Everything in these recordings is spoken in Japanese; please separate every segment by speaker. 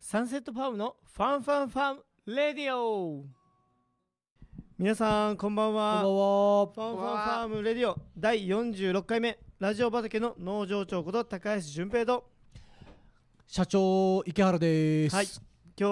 Speaker 1: サンセットファームのファンファンファンレディオ皆さんこんばんは
Speaker 2: こ
Speaker 1: ファンファンファームレディオ第46回目ラジオ畑の農場長こと高橋純平と
Speaker 2: 社長池原です。
Speaker 1: はい今日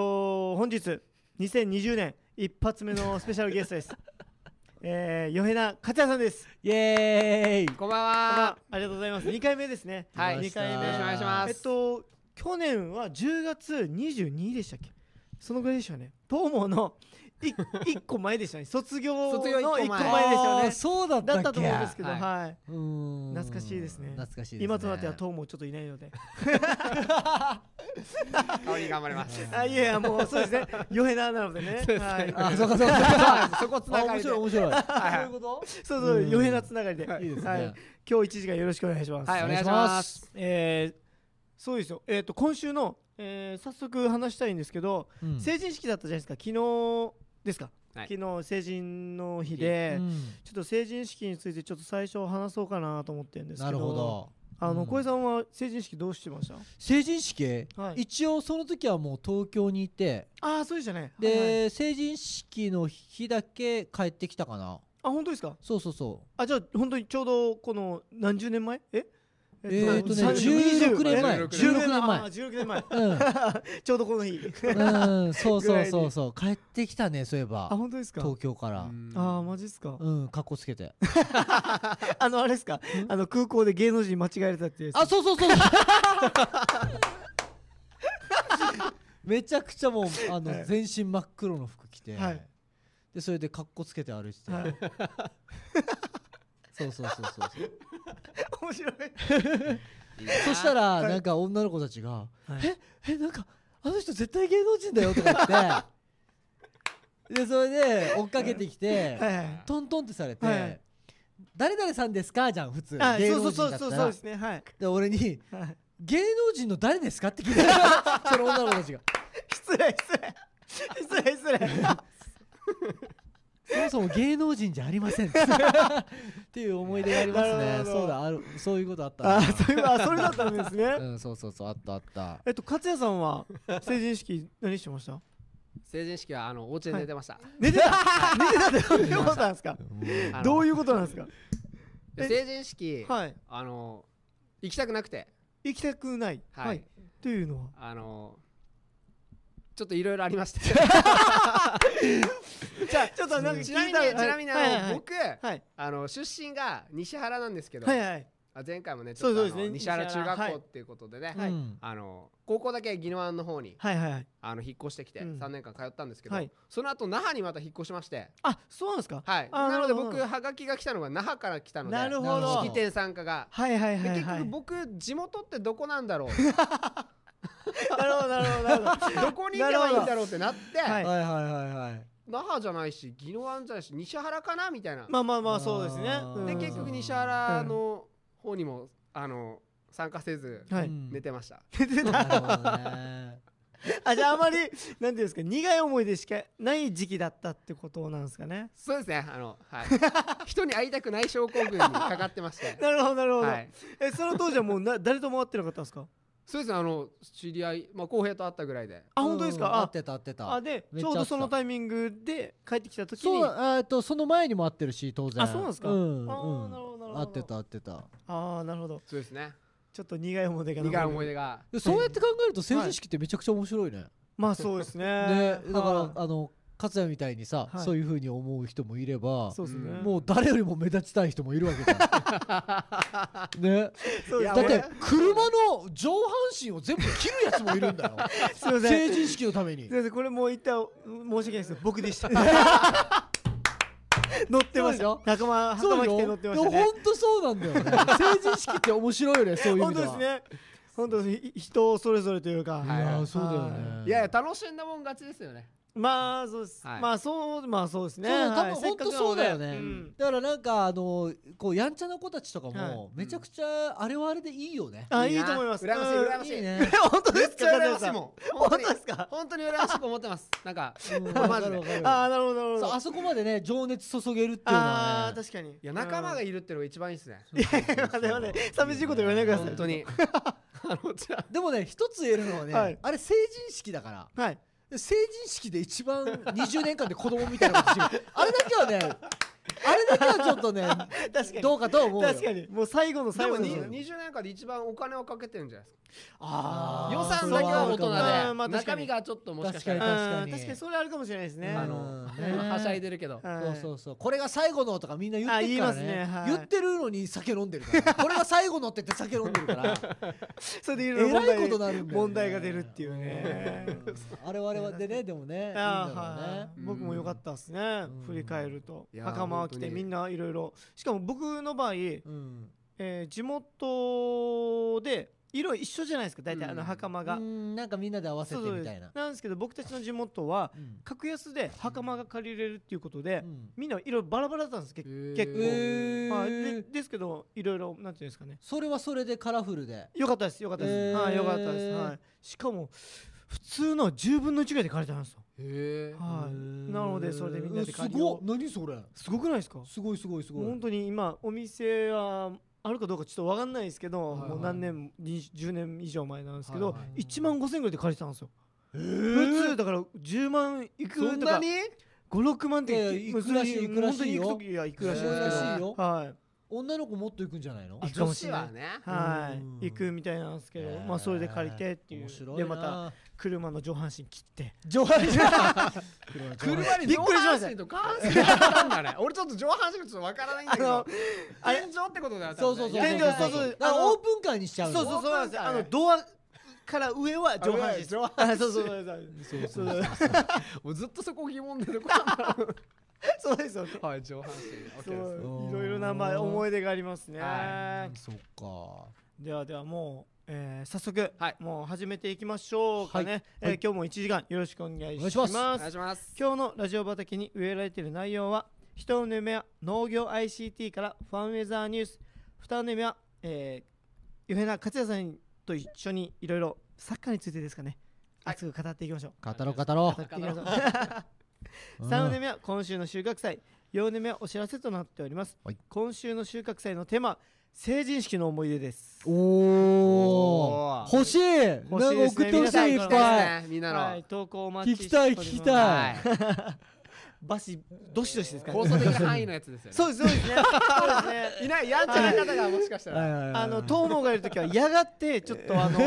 Speaker 1: 本日2020年一発目のスペシャルゲストです えー、ヨヘナ勝也さんです
Speaker 2: イエーイ。
Speaker 1: こ
Speaker 3: こんばん
Speaker 1: んばんは
Speaker 3: は。
Speaker 1: ありがとうございます2回目ですね
Speaker 3: はい
Speaker 1: 2回目
Speaker 3: よろしくお願いします
Speaker 1: えっと去年は10月22でしたっけそのぐらいでしたよね東毛のい一個前でしたね卒業の
Speaker 3: 卒業一個前
Speaker 1: 一個前でしたよ
Speaker 2: あー
Speaker 1: ね
Speaker 2: そうだった
Speaker 1: だ
Speaker 2: っけ。
Speaker 1: ったと思うんですけど、
Speaker 3: はい
Speaker 1: はいう
Speaker 2: ーん
Speaker 1: 懐かしいですね
Speaker 2: 懐かしいですね。
Speaker 1: 今となっては東毛ちょっといないので
Speaker 3: 代わりに頑張 ります。
Speaker 1: あいやいやもうそうですねヨヘナなのでねはい
Speaker 2: あ、そうかそうか。
Speaker 3: そこつ
Speaker 2: あ
Speaker 3: なが
Speaker 2: 面
Speaker 3: りで
Speaker 2: 白い。面白い。そ
Speaker 3: はいう
Speaker 2: いうこと？
Speaker 1: そうそううんヨヘナつながりで
Speaker 3: はい
Speaker 2: いですね
Speaker 1: はい今日1時間よろしくお願いします
Speaker 3: はい、お願いします。。
Speaker 1: えーそうですよえっと今週のえー早速話したいんですけど
Speaker 2: うん
Speaker 1: 成人式だったじゃないですか昨日ですか、
Speaker 3: はい
Speaker 1: 昨日成人の日で、
Speaker 2: うん
Speaker 1: ちょっと成人式についてちょっと最初話そうかなと思ってるんですけど
Speaker 2: なるほど。
Speaker 1: あの
Speaker 2: うん
Speaker 1: 小江さんは成人式どうしてました、
Speaker 2: 成人式
Speaker 1: は？い
Speaker 2: 一応その時はもう東京にいて、
Speaker 1: ああそうでしたねはいはい
Speaker 2: で成人式の日だけ帰ってきたかな。
Speaker 1: あ本当ですか
Speaker 2: そうそうそう。
Speaker 1: あじゃあ本当にちょうどこの何十年前え
Speaker 2: えーっとね、
Speaker 1: 30
Speaker 2: 16年前、
Speaker 3: 16
Speaker 2: 16年
Speaker 1: あ
Speaker 2: 前
Speaker 1: ー。16年前
Speaker 2: うん。
Speaker 1: ちょうどこの 日
Speaker 2: うん、そう
Speaker 1: ぐ
Speaker 2: そ
Speaker 1: ら
Speaker 2: う
Speaker 1: いに
Speaker 2: そうそう帰ってきたねそういえ
Speaker 1: あ
Speaker 2: ば
Speaker 1: 本当ですか
Speaker 2: 東京から
Speaker 1: あーマジっすか
Speaker 2: うんかっこつけて
Speaker 1: あのあれですかあの空港で芸能人間違えれたっていうやつ
Speaker 2: あそうそうそうめちゃくちゃもうあ
Speaker 1: はい
Speaker 2: の全身真っ黒の服着て
Speaker 1: はい
Speaker 2: でそれでかっこつけて歩いてて
Speaker 1: はい
Speaker 2: そうそうそう そうそう
Speaker 1: 面白い
Speaker 2: そした
Speaker 3: ら、
Speaker 2: ら
Speaker 1: はい
Speaker 2: なんか女の子たちが
Speaker 1: は
Speaker 2: 「
Speaker 1: い
Speaker 2: ええなんかあの人絶対芸能人だよ」とか言ってでそれで追っかけてきて
Speaker 1: はいはい
Speaker 2: トントンってされて、
Speaker 1: はい
Speaker 2: 誰々さんですかじゃん普通
Speaker 1: あ
Speaker 2: 芸
Speaker 1: そうそ
Speaker 2: 能
Speaker 1: うそう
Speaker 2: 人だっ
Speaker 1: そう
Speaker 2: た
Speaker 1: そう
Speaker 2: ら
Speaker 1: ですねはい
Speaker 2: で俺に
Speaker 1: はい
Speaker 2: 「芸能人の誰ですか?」って 聞いたその女の子たちが
Speaker 1: 失礼失礼失礼失礼
Speaker 2: 「そもそも芸能人じゃありま せん」っていう思い出があります
Speaker 1: なる
Speaker 2: ね
Speaker 1: ほど
Speaker 2: そうだあるそういうことあったな
Speaker 1: あそういうあそれだったんですね
Speaker 2: うんそうそうそうあったあった
Speaker 1: えっと勝也さんは成人式何してました
Speaker 3: 成人式は、あの、お家で寝てました。
Speaker 1: 寝 てた寝てたってどういうことなんですか
Speaker 3: あの
Speaker 1: どういうことなんですかえ
Speaker 3: 成人式、
Speaker 1: はい
Speaker 3: あの、行きたくなくて、
Speaker 1: 行きたくない
Speaker 3: はい
Speaker 1: はいという のは
Speaker 3: あの、ちょっといろいろありまして。
Speaker 1: じゃあちょっ となんか聞い
Speaker 3: ち
Speaker 1: た
Speaker 3: なみに、ちなみに、
Speaker 1: はいはい
Speaker 3: あの、僕、
Speaker 1: はい
Speaker 3: あの、出身が西原なんですけど、
Speaker 1: はいはいはい
Speaker 3: あ前回もね、ち
Speaker 1: そ
Speaker 3: ょ
Speaker 1: う
Speaker 3: っと
Speaker 1: そうですね
Speaker 3: あの西原
Speaker 1: 西
Speaker 3: 中
Speaker 1: 原
Speaker 3: 学校
Speaker 1: はい
Speaker 3: っていうことでね、
Speaker 1: はい
Speaker 2: うん
Speaker 3: あの、高校だけ宜野湾の方に、
Speaker 1: はいはいはい
Speaker 3: あの、引っ越してきて、
Speaker 1: うん
Speaker 3: 3年間通ったんですけど
Speaker 1: はい、
Speaker 3: その後、那覇にまた引っ越しまして、
Speaker 1: あそうなんですか
Speaker 3: はい、
Speaker 1: あー
Speaker 3: なので
Speaker 1: なるほ
Speaker 3: 僕
Speaker 1: ど
Speaker 3: はがきが来たのが那覇から来たので
Speaker 1: なるほ
Speaker 2: なるほ
Speaker 1: ど
Speaker 2: ど
Speaker 3: 式典参加が、
Speaker 1: はいはいはい
Speaker 3: で
Speaker 1: は
Speaker 3: 結
Speaker 1: い
Speaker 3: 局僕地元ってどこなんだ ろう
Speaker 1: なるほどなるほどなる ほど
Speaker 3: どこに行けばいいんだろうってなって
Speaker 1: はい
Speaker 2: はいはいはいはい
Speaker 3: 那覇じゃないし宜野湾じゃないし西原かなみたいな、
Speaker 1: まあまあまあそうですね
Speaker 2: あー
Speaker 1: うん
Speaker 3: で
Speaker 2: うん
Speaker 3: 結局西原の方にもあの参加せず
Speaker 1: はい
Speaker 2: うん
Speaker 3: 寝てました、
Speaker 1: 寝て
Speaker 2: な
Speaker 1: た
Speaker 2: るほどね
Speaker 1: あじゃああまりなんていうんですか苦い思い出しかない時期だったってことなんですかね
Speaker 3: そうですねあの、 はい、人に会いたくない症候群にかかってまして
Speaker 1: なるほどなるほど、
Speaker 3: はい、
Speaker 1: えその当時はもう な誰とも会ってなかったんですか
Speaker 3: そうですねあの知り合いまあ浩平と会ったぐらいで
Speaker 1: あ本当ですか、
Speaker 2: うん合
Speaker 1: あ
Speaker 2: ってた合ってた
Speaker 1: あで
Speaker 2: め
Speaker 1: ち
Speaker 2: っちゃ
Speaker 1: ょう
Speaker 2: あ
Speaker 1: ど
Speaker 2: った
Speaker 1: そのタイミングで帰ってきた時
Speaker 2: そう
Speaker 1: にあ
Speaker 2: だえーっとその前にも合ってるし当然
Speaker 1: あそうなんですか
Speaker 2: うんうん
Speaker 1: あーなるほどなるほど
Speaker 2: 合ってた合ってた
Speaker 1: あーなるほど
Speaker 3: そうですね
Speaker 1: ちょっと苦い思い出が
Speaker 3: 苦い思い
Speaker 1: 出
Speaker 3: 出が
Speaker 2: でそうやって考えると成人式ってめちゃくちゃ面白いね
Speaker 1: まあそうですね
Speaker 2: ねだ
Speaker 1: は
Speaker 2: からあの勝也みたいにさ
Speaker 1: はい
Speaker 2: そういうふうに思う人もいれば
Speaker 1: いそうですね、
Speaker 3: うん
Speaker 2: もう誰よりも目立ちたい人もいるわけだ ね
Speaker 1: そうです
Speaker 2: だっ
Speaker 1: ね
Speaker 2: て車の上半身を全部切るやつもいるんだよ
Speaker 1: すいません
Speaker 2: 成人式のため
Speaker 1: す
Speaker 2: に
Speaker 1: いませんこれもう一旦申し訳ないです僕でした 乗ってまし
Speaker 2: そ
Speaker 1: た
Speaker 2: う
Speaker 1: 仲間
Speaker 2: そう
Speaker 1: 袴着て乗
Speaker 2: よ
Speaker 1: っ
Speaker 2: で
Speaker 1: てま
Speaker 2: も
Speaker 1: したね
Speaker 2: 本当そうなんだよね成人式って面白い よねそういう意
Speaker 1: 本
Speaker 2: 味
Speaker 1: 当
Speaker 2: で
Speaker 1: で
Speaker 2: は
Speaker 1: すね本当に人それぞれというか、
Speaker 2: い
Speaker 3: はい
Speaker 2: やーそうだよ
Speaker 1: は
Speaker 2: ね
Speaker 3: いやいや楽しんだもん勝ちですよね
Speaker 1: まあそうです、
Speaker 3: はい
Speaker 1: まあそうまあそうですね
Speaker 2: そうだ多
Speaker 1: はい
Speaker 2: 分
Speaker 1: せっ
Speaker 2: 本
Speaker 1: かく
Speaker 2: 当
Speaker 1: な
Speaker 2: そ
Speaker 1: の
Speaker 2: う
Speaker 1: で
Speaker 2: だよね、
Speaker 1: うん
Speaker 2: だからなんかあのこうやんちゃな子たちとか
Speaker 1: はい
Speaker 2: もめちゃくちゃあれはあれでいいよね、
Speaker 1: あ
Speaker 3: いい
Speaker 1: いい
Speaker 3: な
Speaker 1: と思います
Speaker 3: 羨ましい
Speaker 1: うん
Speaker 3: 羨ましい
Speaker 2: いい
Speaker 1: え
Speaker 2: ね
Speaker 1: 本当
Speaker 3: め
Speaker 1: で
Speaker 3: っ
Speaker 1: す
Speaker 3: ち
Speaker 1: か
Speaker 3: ゃ羨ましいもん
Speaker 1: 本当
Speaker 3: に
Speaker 1: ですか
Speaker 3: 本当に羨ましく思ってます。なんか、
Speaker 2: うん
Speaker 3: マジで
Speaker 2: わかるわかる
Speaker 1: ああなるほどなるほ
Speaker 2: そう
Speaker 1: ど
Speaker 2: あそこまでね情熱注げるっていうの
Speaker 1: あ
Speaker 2: は
Speaker 1: あ
Speaker 2: ね
Speaker 1: 確かに
Speaker 3: いや仲間が
Speaker 1: い
Speaker 3: いるってのが一番いいですね。
Speaker 1: やいや待て待て寂しいこと言わないでください
Speaker 3: 本当に。あのじゃ
Speaker 2: でもね一つ言えるのはね、
Speaker 1: はい
Speaker 2: あれ成人式だから
Speaker 1: はい
Speaker 2: で成人式で一番20年間で子供みたいなことしてる あれだけはねあれだけはちょっとね
Speaker 1: 確かに
Speaker 2: どうかとは思うよ
Speaker 1: 確かにもう最後の
Speaker 3: あで
Speaker 1: 最
Speaker 3: も
Speaker 1: 後
Speaker 3: に
Speaker 1: の
Speaker 3: 20年間で一番お金はかけてるんじゃないです
Speaker 1: あ
Speaker 3: か
Speaker 1: ー
Speaker 3: 予算だけは大
Speaker 1: そうあるかもうんま
Speaker 3: 人
Speaker 1: あ確
Speaker 3: で
Speaker 1: か
Speaker 3: 中
Speaker 1: に
Speaker 3: 身がちょっともしかした
Speaker 1: うん
Speaker 3: ら
Speaker 2: 確かに
Speaker 1: 確かにそれあるかもしれないですね
Speaker 3: あ
Speaker 2: うん
Speaker 3: の
Speaker 2: ね
Speaker 3: うんはしゃいでるけ
Speaker 1: は
Speaker 3: ど
Speaker 1: い
Speaker 2: そうそうそうこれが最後のとかみんな言ってるからね
Speaker 1: あ言いますねはい
Speaker 2: 言ってるのに酒飲んでるからこれが最後のって言って酒飲んでるから
Speaker 1: それでい
Speaker 2: え
Speaker 1: ろいろ問
Speaker 2: ら
Speaker 1: 題
Speaker 2: いことなるんだよね
Speaker 1: 問題が出るっていうね
Speaker 2: うんあれ我々でねでもねいいんだ
Speaker 1: あー
Speaker 2: ろう
Speaker 1: は
Speaker 2: ね
Speaker 1: い、僕も良かったですね、
Speaker 2: ん
Speaker 1: 振り返ると
Speaker 3: いやー
Speaker 1: 袴を着て
Speaker 3: 本当に
Speaker 1: みんないろいろしかも僕の場合、え
Speaker 2: うん
Speaker 1: ー地元で色一緒じゃないですか大体
Speaker 3: うん
Speaker 1: あの袴
Speaker 2: う
Speaker 1: が、
Speaker 2: んなんかみんなで合わせて
Speaker 1: そうそう
Speaker 2: みたいな
Speaker 1: なんですけど僕たちの地元は
Speaker 2: うん
Speaker 1: 格安で袴が借りれるっていうことで、
Speaker 2: うん
Speaker 1: みんな色バラバラだったんですけど、結構
Speaker 2: え
Speaker 1: はい
Speaker 2: ー
Speaker 1: でですけどいろいろなんていうんですかね
Speaker 2: それはそれでカラフルで
Speaker 1: 良かったです良かったです、
Speaker 2: えー
Speaker 1: はい良かったです、はい、しかも普通の10分の1ぐらいで借りたんですよ
Speaker 3: へえ
Speaker 1: は
Speaker 2: う
Speaker 1: い、
Speaker 2: ん
Speaker 1: なのでそれでみんなで
Speaker 2: うす
Speaker 1: 借り
Speaker 2: ご
Speaker 1: よ
Speaker 2: いう何それ
Speaker 1: すごくないですか
Speaker 2: すごいすごいすごい
Speaker 1: 本当に今お店はあるかどうかちょっと分かんないですけど、
Speaker 2: はいはい
Speaker 1: もう何年20 10年以上前なんですけど、
Speaker 2: はいはい
Speaker 1: 1万5000円ぐらいで借りてたんですよ、
Speaker 2: え
Speaker 1: 普
Speaker 2: ー
Speaker 1: 通だから10万い
Speaker 2: そ
Speaker 1: く
Speaker 2: ん
Speaker 1: と
Speaker 2: な
Speaker 1: か
Speaker 2: に
Speaker 1: 56万っ
Speaker 2: いや
Speaker 1: て
Speaker 2: いやいくらしいいくらしいよ
Speaker 1: 本当に行く時はいくらしいん
Speaker 3: いく
Speaker 1: です
Speaker 3: ら
Speaker 2: し
Speaker 1: け
Speaker 2: いよ
Speaker 1: どはい
Speaker 2: 女の子もっと行くんじゃないの
Speaker 1: あ
Speaker 3: あ
Speaker 1: いいかも
Speaker 3: 女
Speaker 1: し
Speaker 3: 子
Speaker 1: れない
Speaker 3: はね
Speaker 1: は
Speaker 2: うん
Speaker 1: い行くみたいなんですけど、
Speaker 2: へー
Speaker 1: まあそれで借りてっていう
Speaker 2: 面白い
Speaker 1: で
Speaker 2: な
Speaker 1: また車の上半身切って
Speaker 2: 上半身
Speaker 3: 車に
Speaker 1: びっ
Speaker 3: 上
Speaker 1: くりしま
Speaker 3: 半
Speaker 1: した
Speaker 3: 身と下半身があったんだね俺ちょっと上半身がちょっとわからないんだ
Speaker 1: あ
Speaker 3: けど
Speaker 1: のあれ
Speaker 3: 天井ってことだよ
Speaker 2: そうそうそ
Speaker 1: い
Speaker 2: う
Speaker 1: やいやそうそう
Speaker 2: だから
Speaker 1: あの
Speaker 2: オープンカーにしちゃう
Speaker 1: そ
Speaker 2: の
Speaker 1: うそうそうなんですよあ
Speaker 3: 上半身
Speaker 1: のドアから上は上半身です
Speaker 3: 上半
Speaker 1: あそうそうそうそう
Speaker 2: そう
Speaker 1: そ
Speaker 2: そうう
Speaker 1: そう
Speaker 3: もうずっとそこ疑問でどこなんだろ
Speaker 1: そうですよね
Speaker 3: うはい上半身
Speaker 1: そう
Speaker 3: OK です
Speaker 2: うん
Speaker 1: いろいろなまあ思い出がありますね、
Speaker 3: は
Speaker 2: そっか
Speaker 1: ではではもう、えー早速、
Speaker 3: はい
Speaker 1: もう始めていきましょうかね、
Speaker 2: は
Speaker 1: えー
Speaker 2: はい
Speaker 1: 今日も1時間よろしくお願いします
Speaker 2: お願いし
Speaker 3: お願いします
Speaker 1: 今日のラジオ畑に植えられている内容は人の夢は農業 ICT からファンウェザーニュース二の夢は、えー、ゆへな勝也さんと一緒にいろいろサッカーについてですかね
Speaker 3: はい
Speaker 1: 熱く語っていきましょう
Speaker 2: 語ろう語ろ
Speaker 1: 語っていきましょう
Speaker 2: う
Speaker 1: 3年目は今週の収穫祭4年目はお知らせとなっております、
Speaker 2: はい
Speaker 1: 今週の収穫祭のテーマ成人式の思い出です
Speaker 2: お
Speaker 3: お
Speaker 2: お
Speaker 3: ー
Speaker 2: 欲しいなんか
Speaker 1: 欲しいですね
Speaker 2: 送ってほしいい
Speaker 1: 皆さん
Speaker 2: っぱい
Speaker 3: みんなの、
Speaker 1: はい、投稿お待ちしております
Speaker 2: 聞きたい聞きたい
Speaker 3: はい
Speaker 1: バシどしどしですから
Speaker 3: 放送的な範囲のやつですよね
Speaker 1: そうですそうですねそうですね
Speaker 3: いないやんちゃな方がもしかしたら、
Speaker 1: あの
Speaker 2: と
Speaker 1: トーモがいるときはやがてちょっとあの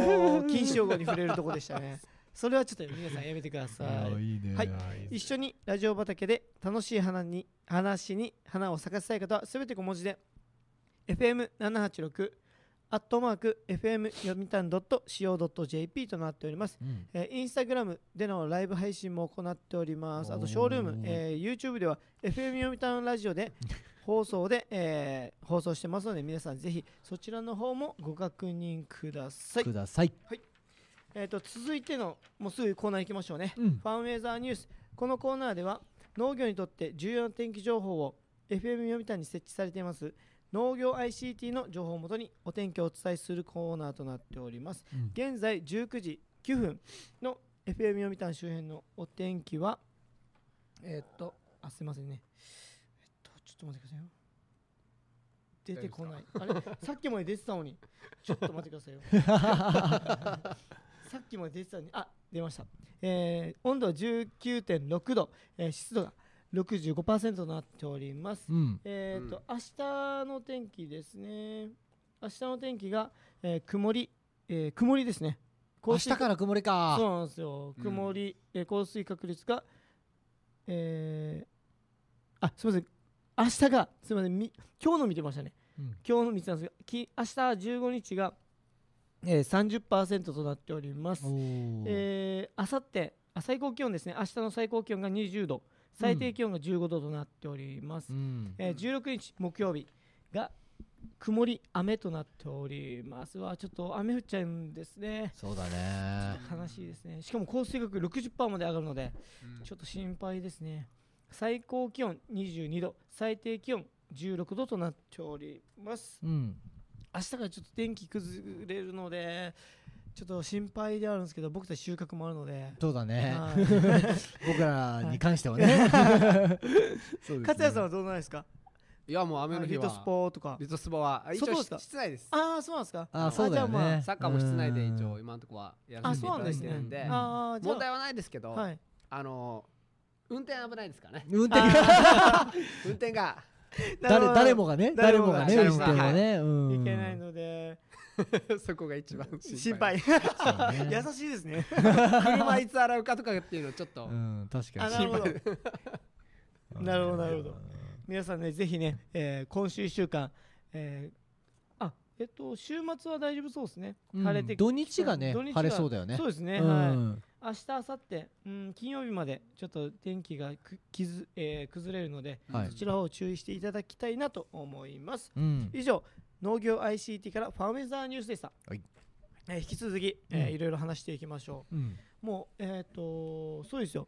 Speaker 1: 禁止用語に触れるとこでしたねそれはちょっと皆さんやめてください
Speaker 2: いいね
Speaker 1: はい
Speaker 2: い
Speaker 1: 一緒にラジオ畑で楽しい花に話に花を咲かせたい方はすべて小文字で FM786 アットマーク FM 読谷 .co.jp となっております
Speaker 2: うん
Speaker 1: えーインスタグラムでのライブ配信も行っております。あと、
Speaker 2: おー
Speaker 1: ショールーム、えー YouTube では FM 読谷ラジオ で放送で、えー放送してますので、皆さんぜひそちらの方もご確認ください。
Speaker 2: ください
Speaker 1: えー、と続いての、もうすぐコーナー行きましょうね。
Speaker 2: うん
Speaker 1: ファンウェザーニュース。このコーナーでは農業にとって重要な天気情報を FM 読谷に設置されています農業 ICT の情報をもとにお天気をお伝えするコーナーとなっております。
Speaker 2: うん
Speaker 1: 現在19時9分の FM 読谷周辺のお天気はえーっとあすいませんねえっとちょっと待ってくださいよ出てこないあれさっきまで出てたのにちょっと待ってくださいよ さっきまで出てたのにあ出ました、えー、温度は19.6度、えー、湿度が65%となっております
Speaker 2: うん
Speaker 1: えー、と、明日の天気ですね。明日の天気が、えー曇り、えー曇りですね。。
Speaker 2: 明日からら曇り
Speaker 1: そう
Speaker 2: か
Speaker 1: なんですよ。
Speaker 3: うん
Speaker 1: 曇り、えー降水確率が、えーあ、すみません。明日が、すみません。み今日の見てましたね。
Speaker 2: うん
Speaker 1: 今日の見てたんですが、き明日15日が、えー、30%となっております。
Speaker 2: おー
Speaker 1: えー、あさって、あ最高気温ですね。明日の最高気温が20度、最低気温が15度となっております。
Speaker 2: うん
Speaker 1: えー、16日木曜日が曇り雨となっておりますわちょっと雨降っちゃうんですね
Speaker 2: そうだね
Speaker 1: 悲しいですねしかも降水確率60%まで上がるのでちょっと心配ですね最高気温22度最低気温16度となっております
Speaker 2: うん
Speaker 1: 明日からちょっと天気崩れるのでちょっと心配ではあるんですけど僕たち収穫もあるので
Speaker 2: そうだね
Speaker 1: はい
Speaker 2: 僕らに関してはねそうですね
Speaker 1: 勝也さんはどうなんですか
Speaker 3: いやもう雨の日は
Speaker 1: リトスポとか
Speaker 3: リトスポはあ一
Speaker 1: 外
Speaker 3: 応
Speaker 1: です
Speaker 3: 室
Speaker 1: か
Speaker 3: 室内です
Speaker 1: ああそうなんですか
Speaker 2: あそうだよ
Speaker 1: じゃあま
Speaker 2: ね
Speaker 1: あ
Speaker 3: サッカーも室内で一
Speaker 2: う
Speaker 3: 応
Speaker 2: ん
Speaker 3: 今のとこはや
Speaker 1: あ
Speaker 3: らせて
Speaker 1: そ
Speaker 3: いうた
Speaker 1: なんで
Speaker 3: だい
Speaker 1: す
Speaker 3: て
Speaker 1: ね
Speaker 3: るんで
Speaker 2: うん
Speaker 1: ああじゃあ
Speaker 3: 問題はないですけど、
Speaker 1: はい
Speaker 3: あの運転危ないですからね
Speaker 2: 運転が
Speaker 3: あー運転が
Speaker 2: 誰誰もがね
Speaker 1: 誰
Speaker 2: 誰も
Speaker 1: も
Speaker 2: が
Speaker 1: が
Speaker 2: ね運
Speaker 3: 誰
Speaker 2: 転
Speaker 3: もが
Speaker 2: がねうん
Speaker 1: いけないので
Speaker 3: そこが一番
Speaker 1: 心
Speaker 3: 心配
Speaker 1: 配
Speaker 2: そうね
Speaker 1: 優しいですね
Speaker 3: 車いつ洗うかとかっていうのちょっと、
Speaker 2: うん確か
Speaker 1: あ
Speaker 2: に
Speaker 1: なるほど
Speaker 2: うん
Speaker 1: なるほどなるほど皆さんねぜひね、えー今週1週間、えーあえっと週末は大丈夫そうですね、
Speaker 2: うん
Speaker 1: 晴れて
Speaker 2: 土日がね
Speaker 1: 土日が
Speaker 2: 晴れそうだよね
Speaker 1: そうですね、
Speaker 2: う
Speaker 1: はい
Speaker 2: ん
Speaker 1: 明日明後日、うん、金曜日までちょっと天気がくきず、えー崩れるので
Speaker 2: はい
Speaker 1: そちらを注意していただきたいなと思います
Speaker 2: うん
Speaker 1: 以上農業 ICT からファーメザーニュースでした、
Speaker 2: はい
Speaker 1: えー引き続き、えー
Speaker 2: うん
Speaker 1: いろいろ話していきましょ
Speaker 2: うん
Speaker 1: うもうえっ、とそうですよ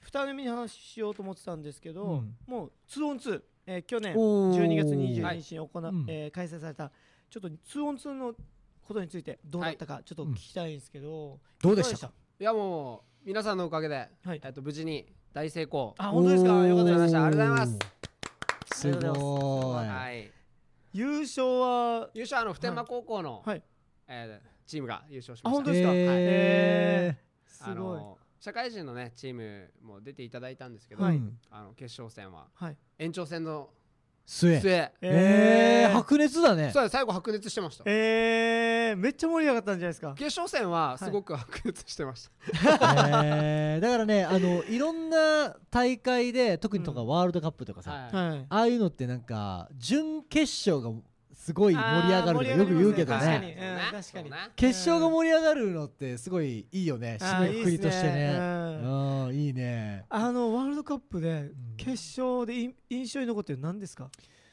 Speaker 1: 二人目に話しようと思ってたんですけど、
Speaker 2: うん
Speaker 1: もう 2on2、えー去年
Speaker 2: おー
Speaker 1: 12月22日に行う、
Speaker 2: はいうん
Speaker 1: えー開催されたちょっと 2on2 のことについてどうだったかちょっと聞きたいんですけど、ど
Speaker 2: どうでしたか
Speaker 3: いやもう皆さんのおかげで、
Speaker 1: はい
Speaker 3: えっと、無事に大成功
Speaker 1: あ本当ですかよかったです
Speaker 3: おーありがとうございます
Speaker 2: す
Speaker 1: ありがとう
Speaker 2: ごい
Speaker 3: はい、
Speaker 1: 優勝は
Speaker 3: 優勝はあの普天間高校の、
Speaker 1: はい
Speaker 3: えーチームが優勝し
Speaker 1: あ
Speaker 3: まし
Speaker 1: 本
Speaker 3: た
Speaker 1: 当ですか
Speaker 2: へー
Speaker 1: えす
Speaker 3: あ
Speaker 1: ごい
Speaker 3: の社会人のねチームも出ていただいたんですけど、
Speaker 1: はい
Speaker 2: うん
Speaker 3: あの決勝戦は
Speaker 1: はい
Speaker 3: 延長戦の
Speaker 2: 末
Speaker 3: 末
Speaker 2: え
Speaker 1: え
Speaker 2: ー
Speaker 1: ー
Speaker 2: 白熱だね
Speaker 3: そうだ最後白熱してました
Speaker 1: えーめっちゃ盛り上がったんじゃないですか
Speaker 3: 決勝戦はすごく 白熱してました、
Speaker 2: えーだからねあのいろんな大会で特にとか
Speaker 1: うん
Speaker 2: ワールドカップとかさ、
Speaker 3: はい
Speaker 1: はい
Speaker 2: ああいうのってなんか準決勝がすごい盛り上がるのよく言うけど
Speaker 1: あー盛り上がります
Speaker 2: ね
Speaker 1: ねうん確かに
Speaker 3: そうねそうね
Speaker 2: 決勝が盛り上がるのってすごいいいよね締
Speaker 1: あー
Speaker 2: めくくりとして
Speaker 1: いいっ
Speaker 2: ね
Speaker 1: すねうん
Speaker 2: うんいいね
Speaker 1: あのワールドカップで
Speaker 2: ん
Speaker 1: 決勝でい印象に残ってるの何ですか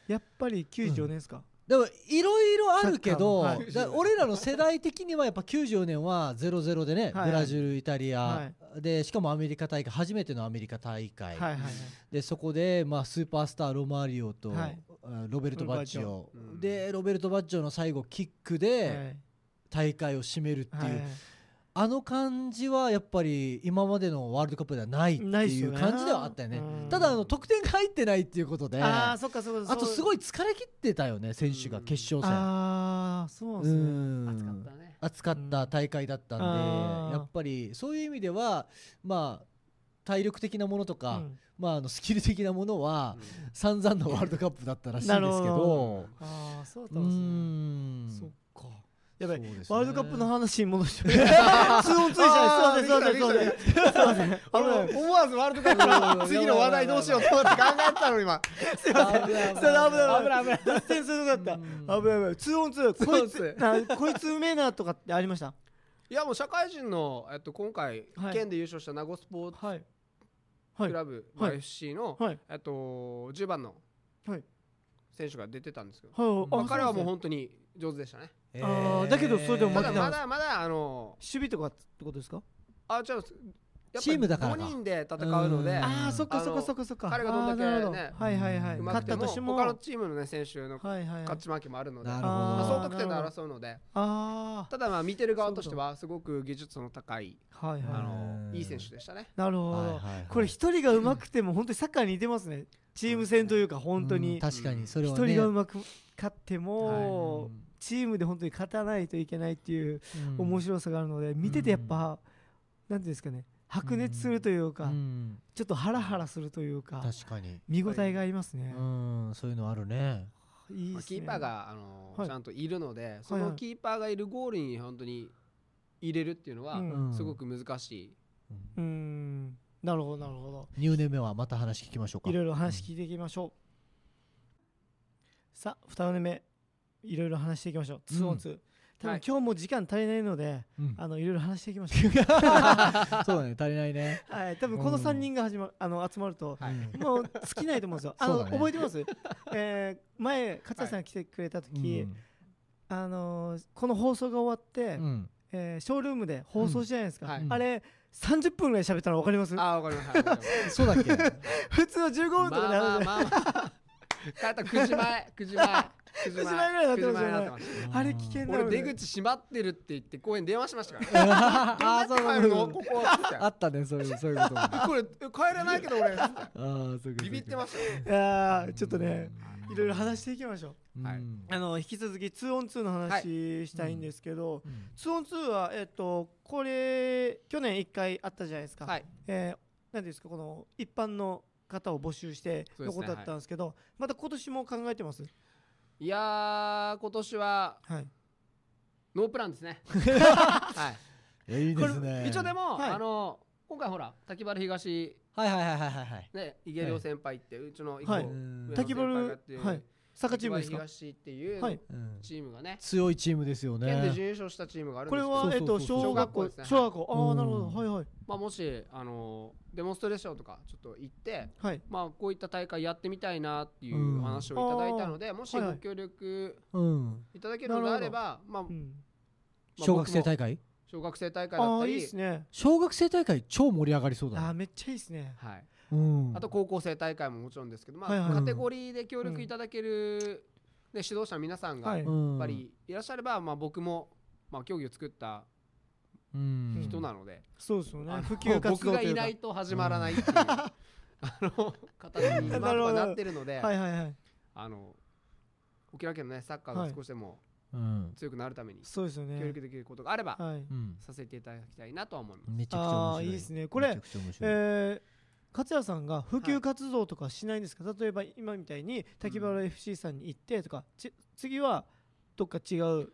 Speaker 1: やっぱり94年ですか、
Speaker 2: でもいろいろあるけど、
Speaker 1: サッカーも
Speaker 3: はい
Speaker 2: だ俺らの世代的にはやっぱ94年は0-0でね、
Speaker 1: はいはい
Speaker 2: ブラジルイタリア、
Speaker 1: は
Speaker 2: でしかもアメリカ大会初めてのアメリカ大
Speaker 1: は
Speaker 2: 会、
Speaker 1: いはいはい
Speaker 2: でそこで、まあ、スーパースターロマリオと、
Speaker 1: はい
Speaker 2: あロベルト・バッジョ
Speaker 3: ロベルトバッジョうん
Speaker 2: でロベルト・バッジョの最後キックで大会を締めるっていう、
Speaker 1: はい
Speaker 2: あの感じはやっぱり今までのワールドカップではないって
Speaker 1: ないっす
Speaker 2: い
Speaker 1: よ
Speaker 2: う
Speaker 1: ね
Speaker 2: 感じではあったよね
Speaker 1: うん
Speaker 2: ただあの得点が入ってないっていうことで
Speaker 1: ああ
Speaker 2: あ
Speaker 1: そっかそっか
Speaker 2: とす
Speaker 1: い
Speaker 2: ごい疲れ切ってたよね選手が
Speaker 3: うん
Speaker 2: 決勝戦。
Speaker 1: ああそうなん
Speaker 2: う
Speaker 1: ですね
Speaker 2: ん
Speaker 3: 熱かったね
Speaker 2: 暑かった大会だったんで、
Speaker 1: あー
Speaker 2: やっぱりそういう意味ではまあ体力的なものとか、
Speaker 1: うん
Speaker 2: まあ、あのスキル的なものは散々のワールドカップだったらしいんですけ
Speaker 1: なる
Speaker 2: ど
Speaker 1: ほああそうだっ
Speaker 2: う
Speaker 1: た
Speaker 2: ー
Speaker 1: ん
Speaker 2: ん
Speaker 1: ですねそっかやばい
Speaker 2: そうですね
Speaker 1: ワールドカップの話に戻 して通音ついちゃいすいませんすいませんすいません
Speaker 3: あの思わずワールドカッ プの次の話題どうしようと思って考えてたの今
Speaker 1: すいません
Speaker 2: 危ない
Speaker 1: それ 危ない危ない
Speaker 3: 危ない
Speaker 1: 脱線するとこだっ
Speaker 2: うん
Speaker 1: た危ない危ない通音通こいつ
Speaker 3: 通
Speaker 1: なこいつうめえなとかってありました
Speaker 3: いやもう社会人の、えっと、今回、
Speaker 1: はい
Speaker 3: 県で優勝した名護スポーツ
Speaker 1: はいは
Speaker 3: ク
Speaker 1: い
Speaker 3: ラブ、
Speaker 1: はい
Speaker 3: まあ FC の、
Speaker 1: はい
Speaker 3: えっと、10番の
Speaker 1: はい
Speaker 3: 選手が出てたんですけど、
Speaker 1: はい
Speaker 3: まあ、彼はもう
Speaker 1: う
Speaker 3: 本当に上手でしたね
Speaker 2: え
Speaker 1: あーだけどそれでも
Speaker 3: た
Speaker 1: 負け
Speaker 3: だ
Speaker 1: た
Speaker 3: まだまだあの
Speaker 1: 守備とかってことですか
Speaker 3: あ違うやっぱ
Speaker 2: チームだからか
Speaker 3: 5人で戦うの
Speaker 2: う
Speaker 3: で
Speaker 2: ん
Speaker 1: ああそっかそっか
Speaker 3: あの
Speaker 1: そっかそっか
Speaker 3: 彼がどんだけ
Speaker 1: あーなるほ
Speaker 3: ね
Speaker 1: はいはいは
Speaker 2: う
Speaker 1: い
Speaker 3: 埋ま
Speaker 1: 勝っ
Speaker 3: っ
Speaker 1: てた
Speaker 3: も
Speaker 1: としても
Speaker 3: 他のチームの、ね、選手の
Speaker 1: はいはいはい
Speaker 3: 勝ち負けもあるので、
Speaker 2: なる
Speaker 3: ま
Speaker 1: ほ
Speaker 3: あ、
Speaker 1: ど
Speaker 3: 総得点で争うので
Speaker 1: あ
Speaker 3: ただまあ見てる側としてはすごく技術の高い
Speaker 1: あはい
Speaker 3: あ
Speaker 1: は
Speaker 3: の
Speaker 2: うん
Speaker 3: いい選手でしたね。
Speaker 1: いなるほ
Speaker 2: はい
Speaker 1: ど
Speaker 2: はいはい
Speaker 1: これ一人が上手くても本当にサッカーに似てますねチーム戦というか本当
Speaker 2: うん
Speaker 1: に
Speaker 2: 確かにそれ
Speaker 1: 一
Speaker 2: はね
Speaker 1: 人が上手く勝って
Speaker 2: う
Speaker 1: も
Speaker 2: ん
Speaker 1: チームで本当に勝たないといけないっていう
Speaker 2: うん
Speaker 1: 面白さがあるので見ててやっぱなんていうんですかね白熱するという
Speaker 2: う
Speaker 1: か
Speaker 2: ん
Speaker 1: ちょっとハラハラするというか
Speaker 2: 確かに
Speaker 1: 見応えがありますね
Speaker 2: うんそういうのあるね
Speaker 1: いいで
Speaker 3: まあ
Speaker 1: す
Speaker 3: キ
Speaker 1: ね
Speaker 3: ーパーがあの、
Speaker 1: はい
Speaker 3: ちゃんといるのでそのキーパーがいるゴールに本当に入れるっていうのは、
Speaker 1: うん
Speaker 2: うん
Speaker 3: すごく難しい。
Speaker 1: うーんなるほどなるほど
Speaker 2: 入年目はまた話聞きましょうか
Speaker 1: いろいろ話聞いていきましょう、さあ2人目いろいろ話していきましょう
Speaker 2: うん
Speaker 1: 2 on 2、多
Speaker 3: は
Speaker 1: 分
Speaker 3: い
Speaker 1: 今日も時間足りないので、
Speaker 2: うん
Speaker 1: あのいろいろ話していきましょ
Speaker 2: そうだね足りないね
Speaker 1: うはい多分この3人が始まるあの集まると、
Speaker 3: はい
Speaker 2: うん
Speaker 1: もう尽きないと思うんですよあ
Speaker 2: そう
Speaker 1: の、
Speaker 2: だね
Speaker 1: 覚えてますえー前勝谷さんが来てくれた時、あのーこの放送が終わって、
Speaker 2: うん
Speaker 1: えーショールームで放送したじゃないですか、
Speaker 3: うんはい
Speaker 1: あれ30分ぐらい喋ったの分かります
Speaker 3: ああわかりました。 わかりまし
Speaker 2: そう だっけ
Speaker 3: た
Speaker 1: 普通は15分とかで
Speaker 3: まあまあ
Speaker 1: 話して
Speaker 3: まあまあ。帰った9時前9時前9時
Speaker 1: 9時前ぐらいになってましたよね
Speaker 3: 9時前になってました。
Speaker 1: あれ危険な
Speaker 3: 俺
Speaker 1: ので
Speaker 3: 出口閉まってるって言って公園電話しましたからね。
Speaker 2: あー
Speaker 3: どうなって帰るのここ
Speaker 2: あったねそういうそういうこともあ
Speaker 3: これ帰れないけど
Speaker 2: ー
Speaker 3: 俺
Speaker 2: そういうこと
Speaker 3: ビビってましたよ。
Speaker 1: いやーちょっとねいろいろ話していきましょう。
Speaker 3: はい
Speaker 2: うん
Speaker 1: あの引き続き 2on2 の話したいんですけど、
Speaker 2: うん
Speaker 1: 2on2 は、えっとこれ去年1回あったじゃないですか、
Speaker 3: はい
Speaker 1: えー、なんていうんですかこの一般の方を募集して
Speaker 3: そうです
Speaker 1: 残
Speaker 3: ね
Speaker 1: ったったんですけどまた今年も考えてます
Speaker 3: いやー今年は
Speaker 1: はい
Speaker 3: ノープランで すねはい
Speaker 2: いいです
Speaker 3: こ
Speaker 2: ね
Speaker 3: れ一応でも、
Speaker 1: はい
Speaker 3: あの今回ほら滝原東
Speaker 2: はいはいはいはいはいはい
Speaker 3: ね池亮先輩って、うちの一個、
Speaker 1: は
Speaker 3: 上
Speaker 1: い
Speaker 2: う
Speaker 3: の
Speaker 2: ん
Speaker 1: 滝原
Speaker 3: 先輩がやってる
Speaker 1: はい坂チームですか
Speaker 3: 滝原東っていう、
Speaker 1: はい
Speaker 2: うん
Speaker 3: チームがね
Speaker 2: 強いチームですよ
Speaker 3: 県で
Speaker 2: ね
Speaker 3: 準優勝したチームがあるん
Speaker 1: こ
Speaker 3: です
Speaker 1: れ
Speaker 3: けど
Speaker 1: は
Speaker 2: そう
Speaker 1: えっ
Speaker 2: そうそ
Speaker 1: と小
Speaker 2: う
Speaker 1: 学校
Speaker 3: 小学校ですね
Speaker 1: 小学校あ
Speaker 2: う
Speaker 1: あ
Speaker 2: ん
Speaker 1: なるほどはいはい
Speaker 3: まあ、もしあのデモンストレーションとかちょっと行って、
Speaker 1: はい
Speaker 3: まあ、こういった大会やってみたいなってい
Speaker 2: うん
Speaker 3: う話をいただいたので、もし
Speaker 1: はいは
Speaker 3: ご
Speaker 1: い
Speaker 3: 協力
Speaker 2: うん
Speaker 3: いただけるのであれば、まあ、
Speaker 1: うん
Speaker 2: 小学生
Speaker 3: まあ僕も
Speaker 2: 大会
Speaker 3: 小学生大会だ
Speaker 1: あ
Speaker 3: った
Speaker 1: あ
Speaker 3: り
Speaker 1: いいですね
Speaker 2: 小学生大会超盛り上がりそうだ
Speaker 1: ああ
Speaker 2: な
Speaker 1: めっちゃいいですね
Speaker 3: はい、
Speaker 2: うん
Speaker 3: あと高校生大会ももちろんですけど、まあ
Speaker 1: はいはい
Speaker 3: カテゴリーで協力いただける、ね、指導者の皆さんが
Speaker 1: は
Speaker 2: う
Speaker 1: い
Speaker 2: ん
Speaker 3: やっぱりいらっしゃれば、まあ、僕も、まあ、競技を作った
Speaker 2: うん
Speaker 3: 人なので、
Speaker 1: そうですよ
Speaker 3: あ
Speaker 1: ね
Speaker 3: の
Speaker 1: 普及活
Speaker 3: 僕
Speaker 1: 動
Speaker 3: が
Speaker 1: とい
Speaker 3: いう
Speaker 1: か
Speaker 3: ないと始まらないっていう、あの形に 今
Speaker 1: なるほ
Speaker 3: は
Speaker 1: ど
Speaker 3: なってるので、
Speaker 1: はいはいはい
Speaker 3: あの沖縄県の、ね、サッカーが少しでも
Speaker 2: うん
Speaker 3: 強くなるために
Speaker 1: そうですよね
Speaker 3: 協力できることがあれば、
Speaker 1: はい
Speaker 2: うん
Speaker 3: させていただきたいなとは思います。
Speaker 2: めちゃくちゃ面
Speaker 1: あ
Speaker 2: 白
Speaker 1: あ
Speaker 2: い
Speaker 1: いいですねこれ
Speaker 2: めちゃくちゃ面白い
Speaker 1: えー勝也さんが普
Speaker 3: は
Speaker 1: 及
Speaker 3: い
Speaker 1: 活動とかしないんですか、例えば今みたいに滝原 FC さんに行ってとか、ち次はどっか違う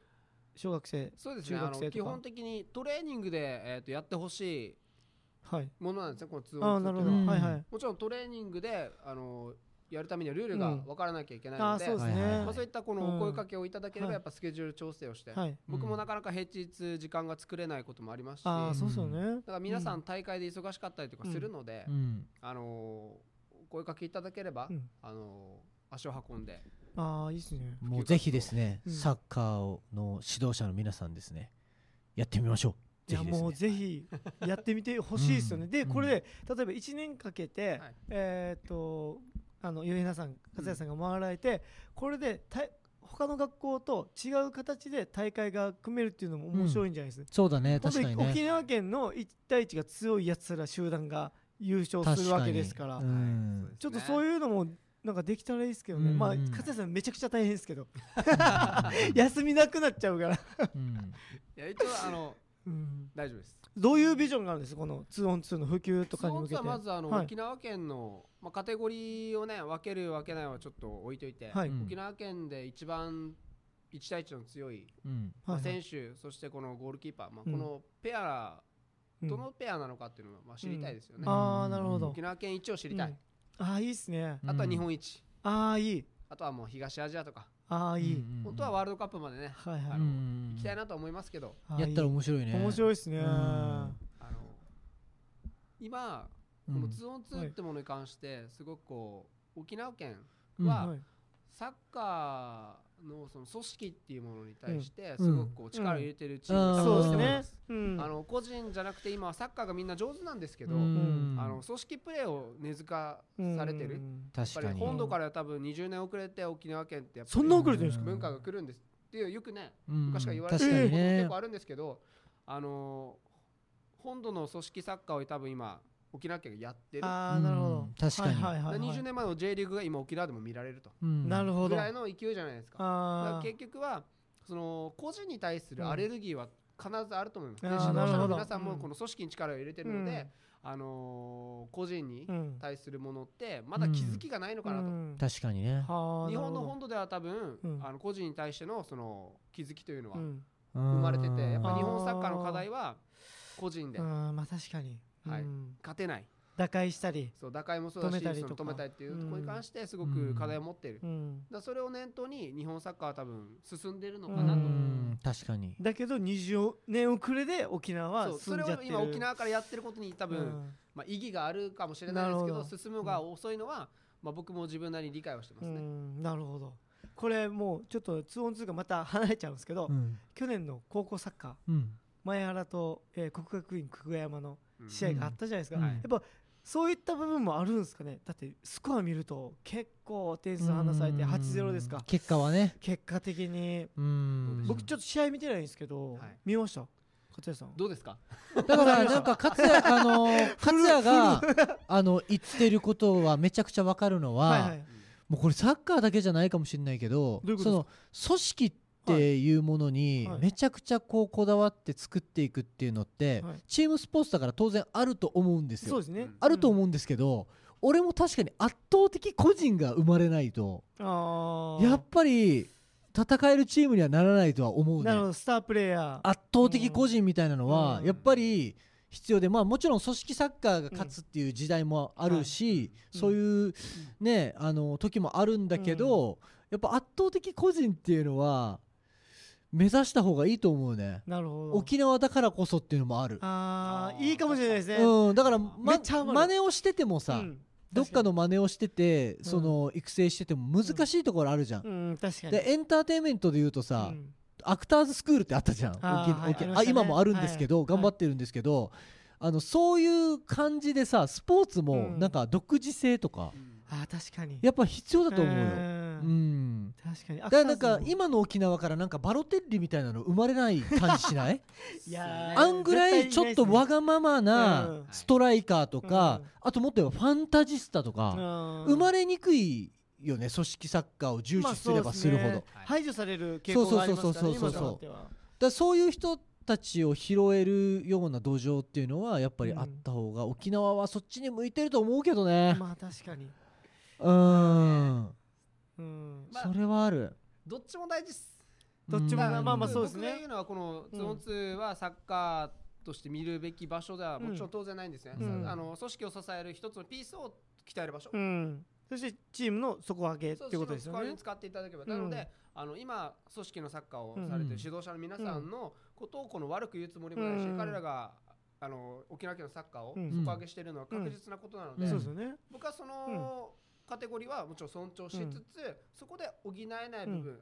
Speaker 1: 小学生
Speaker 3: そうですね
Speaker 1: 中
Speaker 3: あ
Speaker 1: 学生とか
Speaker 3: の基本的にトレーニングで、えー、とやってほし
Speaker 1: はい
Speaker 3: いものなんですねこの通
Speaker 1: ああ
Speaker 3: 音
Speaker 1: なる
Speaker 3: 通
Speaker 1: ほ
Speaker 3: っ
Speaker 1: ど、
Speaker 3: ていうのは
Speaker 2: ん
Speaker 1: はいはい
Speaker 3: もちろんトレーニングであのやるためにはルールが
Speaker 1: うん
Speaker 3: 分からなきゃいけない
Speaker 1: あ
Speaker 3: の
Speaker 1: あ
Speaker 3: で,、
Speaker 1: そうですね、
Speaker 2: はいはい
Speaker 3: まあ、そういったこのお声かけをいただけれ
Speaker 1: うん
Speaker 3: ばやっぱスケジュール調整をして、
Speaker 1: はい
Speaker 3: 僕
Speaker 2: う
Speaker 3: も
Speaker 2: ん
Speaker 3: なかなか平日時間が作れないこともありますし、
Speaker 1: ああそうですよね、
Speaker 3: だから皆さ
Speaker 1: うん
Speaker 3: 大会で忙しかったりとかするので、
Speaker 2: うん
Speaker 3: あのーお声かけいただければ、
Speaker 1: うん
Speaker 3: あのー足を運んで
Speaker 1: ああいいですね
Speaker 2: もうぜひですね、
Speaker 1: うん
Speaker 2: サッカーをの指導者の皆さんですね、やってみましょう。
Speaker 1: いや
Speaker 2: ぜひですね
Speaker 1: もうぜひやってみてほしいですよね、
Speaker 2: うん
Speaker 1: で
Speaker 2: うん
Speaker 1: これで例えば1年かけて、
Speaker 3: はい
Speaker 1: えーっとあのゆえなさん勝也さんが回られて、これでた他の学校と違う形で大会が組めるっていうのも面白いんじゃないですか、
Speaker 2: そうだね、
Speaker 1: 本当
Speaker 2: 確かにね。
Speaker 1: 沖縄県の1対1が強いやつら集団が優勝するわけですから
Speaker 2: 確かにうん
Speaker 3: はい
Speaker 1: ちょっとそう
Speaker 3: う
Speaker 1: いうのもなんかできたらいいですけどね、
Speaker 2: うん
Speaker 1: まあ勝谷さんめちゃくちゃ大変ですけど休みなくなっちゃうから、
Speaker 2: うん
Speaker 3: ですねいや一応あの
Speaker 1: うん
Speaker 3: 大丈夫です
Speaker 1: どういうビジョンがあるんですかこの 2on2 の普及とかに向け
Speaker 3: 質
Speaker 1: て
Speaker 3: 問はまずあの、
Speaker 1: はい
Speaker 3: 沖縄県の、まあ、カテゴリーをね分ける分けないはちょっと置いといて、
Speaker 1: はい
Speaker 2: うん
Speaker 3: 沖縄県で一番1対1の強い、
Speaker 2: うん
Speaker 3: まあ
Speaker 1: はいはい
Speaker 3: 選手、そしてこのゴールキーパー、まあ、
Speaker 1: う
Speaker 3: こ
Speaker 1: ん
Speaker 3: のペア、
Speaker 1: うん
Speaker 3: どのペアなのかっていうのは、まあ、知りたいですよね、
Speaker 2: うん
Speaker 1: ああなるほど
Speaker 3: 沖縄県一を知りたい、
Speaker 1: ああいいっすね
Speaker 2: うん
Speaker 3: あとは日本一、
Speaker 1: ああいい
Speaker 3: あとはもう東アジアとか、
Speaker 1: ああいい、
Speaker 3: 本当はワールドカップまでね、
Speaker 1: はいは
Speaker 3: あ
Speaker 1: い
Speaker 3: の
Speaker 2: うん
Speaker 3: 行きたいなと思いますけど、
Speaker 1: ああ
Speaker 2: やったら面白いね。
Speaker 1: 面白いですね、
Speaker 2: うん
Speaker 3: あの今、
Speaker 2: う
Speaker 3: こ
Speaker 2: ん
Speaker 3: の 2on2 ってものに関して、すごくこう、沖縄県
Speaker 2: うん
Speaker 3: は
Speaker 1: はい
Speaker 3: サッカーのその組織っていうものに対して、
Speaker 2: うん
Speaker 3: すごくこう力を入れてるチームだ
Speaker 2: ん
Speaker 3: と
Speaker 1: そうです
Speaker 3: 思いま
Speaker 1: ね
Speaker 3: す。、
Speaker 1: うん
Speaker 3: あの個人じゃなくて今はサッカーがみんな上手なんですけど、
Speaker 2: うん
Speaker 3: あの組織プレーを根付かされてる、
Speaker 1: う
Speaker 3: やっ
Speaker 1: ん
Speaker 2: 確
Speaker 3: ぱ
Speaker 2: か
Speaker 3: り
Speaker 2: に。
Speaker 3: 本土からは多分20年遅れて沖縄県ってやっぱり
Speaker 1: そんな遅れてるんですか
Speaker 3: 文化が来るんですっていうよくね
Speaker 2: うん
Speaker 3: 昔から言われて
Speaker 2: 確
Speaker 3: る
Speaker 2: か
Speaker 3: こと
Speaker 2: に
Speaker 3: も
Speaker 2: ね
Speaker 3: 結構。あるんですけど、あの本土の組織サッカーを多分今沖縄県がやってる、
Speaker 1: ああなるほ
Speaker 2: う
Speaker 1: ど
Speaker 2: ん確かに
Speaker 1: はいはいはいはい
Speaker 3: 20年前の J リーグが今沖縄でも見られると
Speaker 2: うん
Speaker 1: なるほ
Speaker 3: ぐ
Speaker 1: ど
Speaker 3: らいの勢いじゃないですか。だから
Speaker 1: あ
Speaker 3: 結局はその個人に対するアレルギーは必ずあると思います、
Speaker 1: うん
Speaker 3: で
Speaker 1: あ
Speaker 3: 指
Speaker 1: ー
Speaker 3: 導
Speaker 1: な
Speaker 3: 者
Speaker 1: る
Speaker 3: の
Speaker 1: ほど
Speaker 3: 皆さんも
Speaker 1: うん
Speaker 3: この組織に力を入れてるので、あのー個人に
Speaker 1: うん
Speaker 3: 対するものってまだ気づきがないのかなと、
Speaker 2: 確かにね。
Speaker 1: はあ
Speaker 3: 日本の
Speaker 1: なるほ
Speaker 3: 本土では多分、
Speaker 1: うん
Speaker 3: あの個人に対してのその気づきというのは
Speaker 1: どう
Speaker 3: 生
Speaker 1: ん
Speaker 3: まれててやっぱ
Speaker 1: り
Speaker 3: 日本サッカーの課題は個人で
Speaker 1: うんまあ確かに
Speaker 3: はい
Speaker 1: うん
Speaker 3: 勝てない
Speaker 1: 打開したり
Speaker 3: そう打開もそうだし
Speaker 1: 止めたり
Speaker 3: その
Speaker 1: とか
Speaker 3: 止めたいっていうところに関してすご
Speaker 2: う
Speaker 3: く
Speaker 2: ん
Speaker 3: 課題を持っている、だ
Speaker 1: うん
Speaker 3: からそれを念頭に日本サッカーは多分進んでるの
Speaker 2: う
Speaker 3: かなと、
Speaker 2: ん確かに。
Speaker 1: だけど20年遅れで沖縄は
Speaker 3: そうそ
Speaker 1: 進
Speaker 3: れ
Speaker 1: んじゃっ
Speaker 3: を
Speaker 1: てる
Speaker 3: 今沖縄からやってることに多分、
Speaker 1: うん
Speaker 3: まあ、意義があるかもしれないですけ
Speaker 1: なる
Speaker 3: ど
Speaker 1: ほど
Speaker 3: 進むが遅いのは、まあ、僕も自分なりに理解をしてます
Speaker 1: う
Speaker 3: ね。
Speaker 1: んなるほどこれもうちょっと通音通がまた離れちゃうんですけど
Speaker 2: うん
Speaker 1: 去年の高校サッカー
Speaker 2: うん
Speaker 1: 前原とえー国学院久我山の
Speaker 3: うん
Speaker 1: 試合があったじゃないですか
Speaker 2: うん
Speaker 1: やっぱそういった部分もあるんですかねだってスコア見ると結構点数離されて8-0ですか
Speaker 2: 結果はね。
Speaker 1: 結果的に
Speaker 2: うん
Speaker 1: 僕ちょっと試合見てないんですけど、
Speaker 3: はい
Speaker 1: 見ました勝谷さん
Speaker 3: どうですか
Speaker 2: だからなんか勝也あの勝也があの言ってることはめちゃくちゃわかるのは、
Speaker 1: はいはい
Speaker 2: もうこれサッカーだけじゃないかもしれないけど
Speaker 1: どういうこ
Speaker 2: そ
Speaker 1: と
Speaker 2: の組織っていうものに
Speaker 1: はいはい
Speaker 2: めちゃくちゃこうこだわって作っていくっていうのって、
Speaker 1: はい
Speaker 2: チームスポーツだから当然あると思うんですよ
Speaker 1: そうですね。
Speaker 2: あると思うんですけど、俺も確かに圧倒的個人が生まれないと
Speaker 1: うん。ああ。
Speaker 2: やっぱり戦えるチームにはならないとは思うね
Speaker 1: なるほど、スタープレイヤー。
Speaker 2: 圧倒的個人みたいなのは
Speaker 1: うん
Speaker 2: やっぱり必要で、まあ、もちろん組織サッカーが勝つっていう時代もあるし、
Speaker 1: はい
Speaker 2: そういう、ね、あの時もあるんだけど、やっぱ圧倒的個人っていうのは目指した方がいいと思うね
Speaker 1: なるほど。
Speaker 2: 沖縄だからこそっていうのもある、
Speaker 1: あ
Speaker 3: あ
Speaker 1: あ、
Speaker 3: ー
Speaker 1: いいかもしれないですね。
Speaker 2: うん、だから、
Speaker 1: め
Speaker 2: ま
Speaker 1: っちゃ、余る
Speaker 2: 真似をしてても
Speaker 1: う
Speaker 2: さ、
Speaker 1: ん
Speaker 2: どっかの
Speaker 1: 確
Speaker 2: 真似をしてて、
Speaker 1: ん
Speaker 2: その育成してても難しいところあるじゃん、
Speaker 1: かにうん、確かに。
Speaker 2: でエンターテインメントで言うとさ、
Speaker 1: うん
Speaker 2: アクターズスクールってあったじゃん
Speaker 1: あーはい
Speaker 2: 沖
Speaker 1: ありまし
Speaker 2: 縄
Speaker 1: た
Speaker 2: あ
Speaker 1: ね
Speaker 2: 今もあるんですけど、
Speaker 1: はい
Speaker 2: 頑張ってるんですけど、あのそういう感じでさスポーツも
Speaker 1: うん
Speaker 2: なんか独自性とか、
Speaker 1: ああ、確かに。
Speaker 2: やっぱ必要だと思うよ、うん
Speaker 1: よ。確かに。だ
Speaker 2: だからなんか今の沖縄からなんかバロテッリみたいなの生まれない感じしない
Speaker 1: いやー
Speaker 2: あんぐらいちょっとわがまま
Speaker 1: う
Speaker 2: なんストライカーとか、
Speaker 1: うん
Speaker 2: あともっと言えばファンタジスタとか、生
Speaker 1: 生
Speaker 2: まれにくいよね組織サッカーを重視すればするほど、だか
Speaker 1: 排除される傾向がありますからね
Speaker 2: そうそうそ
Speaker 1: 今
Speaker 2: うそう
Speaker 1: となっては
Speaker 2: らそういう人たちを拾えるような土壌っていうのはやっぱりあった方が、沖縄はそっちに向いてると思うけどね、
Speaker 1: まあ確かに
Speaker 2: うん、
Speaker 1: うん
Speaker 3: まあ
Speaker 2: それはある
Speaker 3: どっちも大事です。
Speaker 1: どっちも
Speaker 2: うん
Speaker 1: まあまあそうです
Speaker 3: 僕
Speaker 1: ね
Speaker 3: が言うのはこのゾーン2はサッカーとして見るべき場所ではもちろん当然ないんですね。
Speaker 2: うん
Speaker 3: あの組織を支える一つのピースを鍛える場所。
Speaker 1: うんそしてチームの底上げっていうことですよ
Speaker 3: そう
Speaker 1: ね
Speaker 3: そ使っていただければ、
Speaker 1: うん
Speaker 3: なのであの今組織のサッカーをさ
Speaker 2: う
Speaker 3: れて
Speaker 2: ん
Speaker 3: る指導者の皆さんのことをこの悪く言うつもりもないし、
Speaker 1: うん
Speaker 3: 彼らがあの沖縄県のサッカーを
Speaker 1: うん
Speaker 3: 底上げしているのは確実なことなので、
Speaker 2: うん
Speaker 1: そうですよね
Speaker 3: 僕はそのカテゴリーはもちろん尊重しつつ、そこで補えない部分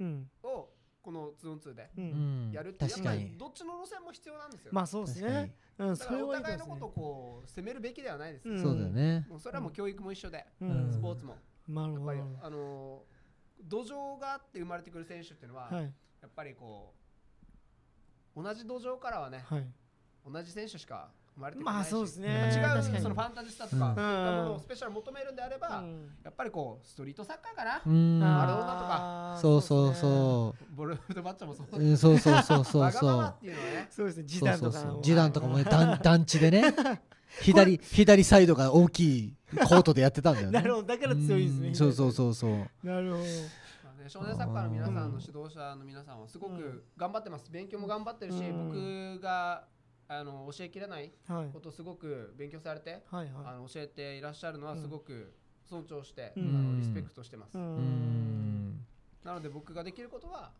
Speaker 1: うん
Speaker 3: をこのツーンツーで
Speaker 1: う
Speaker 2: うんん
Speaker 3: やるって、
Speaker 2: 確
Speaker 3: や
Speaker 2: か
Speaker 3: っぱり
Speaker 2: に
Speaker 3: どっちの路線も必要なんですよ。
Speaker 1: まあそうです
Speaker 2: 確か
Speaker 1: ね
Speaker 2: に
Speaker 1: うん
Speaker 3: だ
Speaker 1: そ
Speaker 3: か
Speaker 1: れ
Speaker 3: らお
Speaker 1: はいい
Speaker 3: 互い
Speaker 1: で
Speaker 3: の
Speaker 1: す
Speaker 3: ことを
Speaker 1: ね
Speaker 3: こう責めるべきではないです。
Speaker 1: うん
Speaker 2: そうだよね、
Speaker 3: もうそれはもう教育も一緒で、
Speaker 1: う
Speaker 2: うん
Speaker 3: ス
Speaker 1: ん
Speaker 3: ポーツも
Speaker 1: なる
Speaker 3: やっ
Speaker 1: ほ
Speaker 3: ぱ
Speaker 1: ど
Speaker 3: りあの土壌があって生まれてくる選手っていうのは、
Speaker 1: はい
Speaker 3: やっぱりこう同じ土壌からはね、
Speaker 1: はい
Speaker 3: 同じ選手しか生まれてくる
Speaker 1: まあそうですね
Speaker 3: 違
Speaker 1: 確か
Speaker 3: う
Speaker 1: に
Speaker 3: そのファンタジスタとか、
Speaker 2: うん
Speaker 3: そういったものをスペシャル求めるんであれば、
Speaker 1: うん
Speaker 3: やっぱりこうストリートサッカーかな、
Speaker 2: うん
Speaker 3: マラ
Speaker 1: あー
Speaker 3: ドーナとか
Speaker 2: そうそう
Speaker 1: そ
Speaker 2: そ
Speaker 3: ボルフトバッチャもそう
Speaker 2: う、うん、そうそうそうそう
Speaker 3: わがま
Speaker 2: そ
Speaker 3: ま
Speaker 2: う
Speaker 3: っていうのはね
Speaker 1: うですねそうですね時
Speaker 2: そう
Speaker 1: 短
Speaker 2: そ
Speaker 1: と
Speaker 2: う
Speaker 1: か
Speaker 2: そう
Speaker 1: も
Speaker 2: 示談とか もね団団地でね左左サイドが大きいコートでやってたんだよね
Speaker 1: なるほどだから強いです
Speaker 2: う
Speaker 1: ね
Speaker 2: んそうそうそうそう
Speaker 1: なるほど
Speaker 3: まあね少年サッカーの皆さん
Speaker 1: うん
Speaker 3: の指導者の皆さんはすご
Speaker 1: うん
Speaker 3: く頑張ってます勉強も頑張ってるし、
Speaker 1: うん
Speaker 3: 僕があの教えきれない
Speaker 1: はい
Speaker 3: ことをすごく勉強されて、
Speaker 1: はい
Speaker 3: あ
Speaker 1: は
Speaker 3: の教えていらっしゃるのは
Speaker 1: うん
Speaker 3: すごく尊重して、
Speaker 1: うん
Speaker 3: あのリスペクトしてます、
Speaker 1: いう
Speaker 2: ー
Speaker 1: ん
Speaker 2: ん
Speaker 3: なので僕ができることは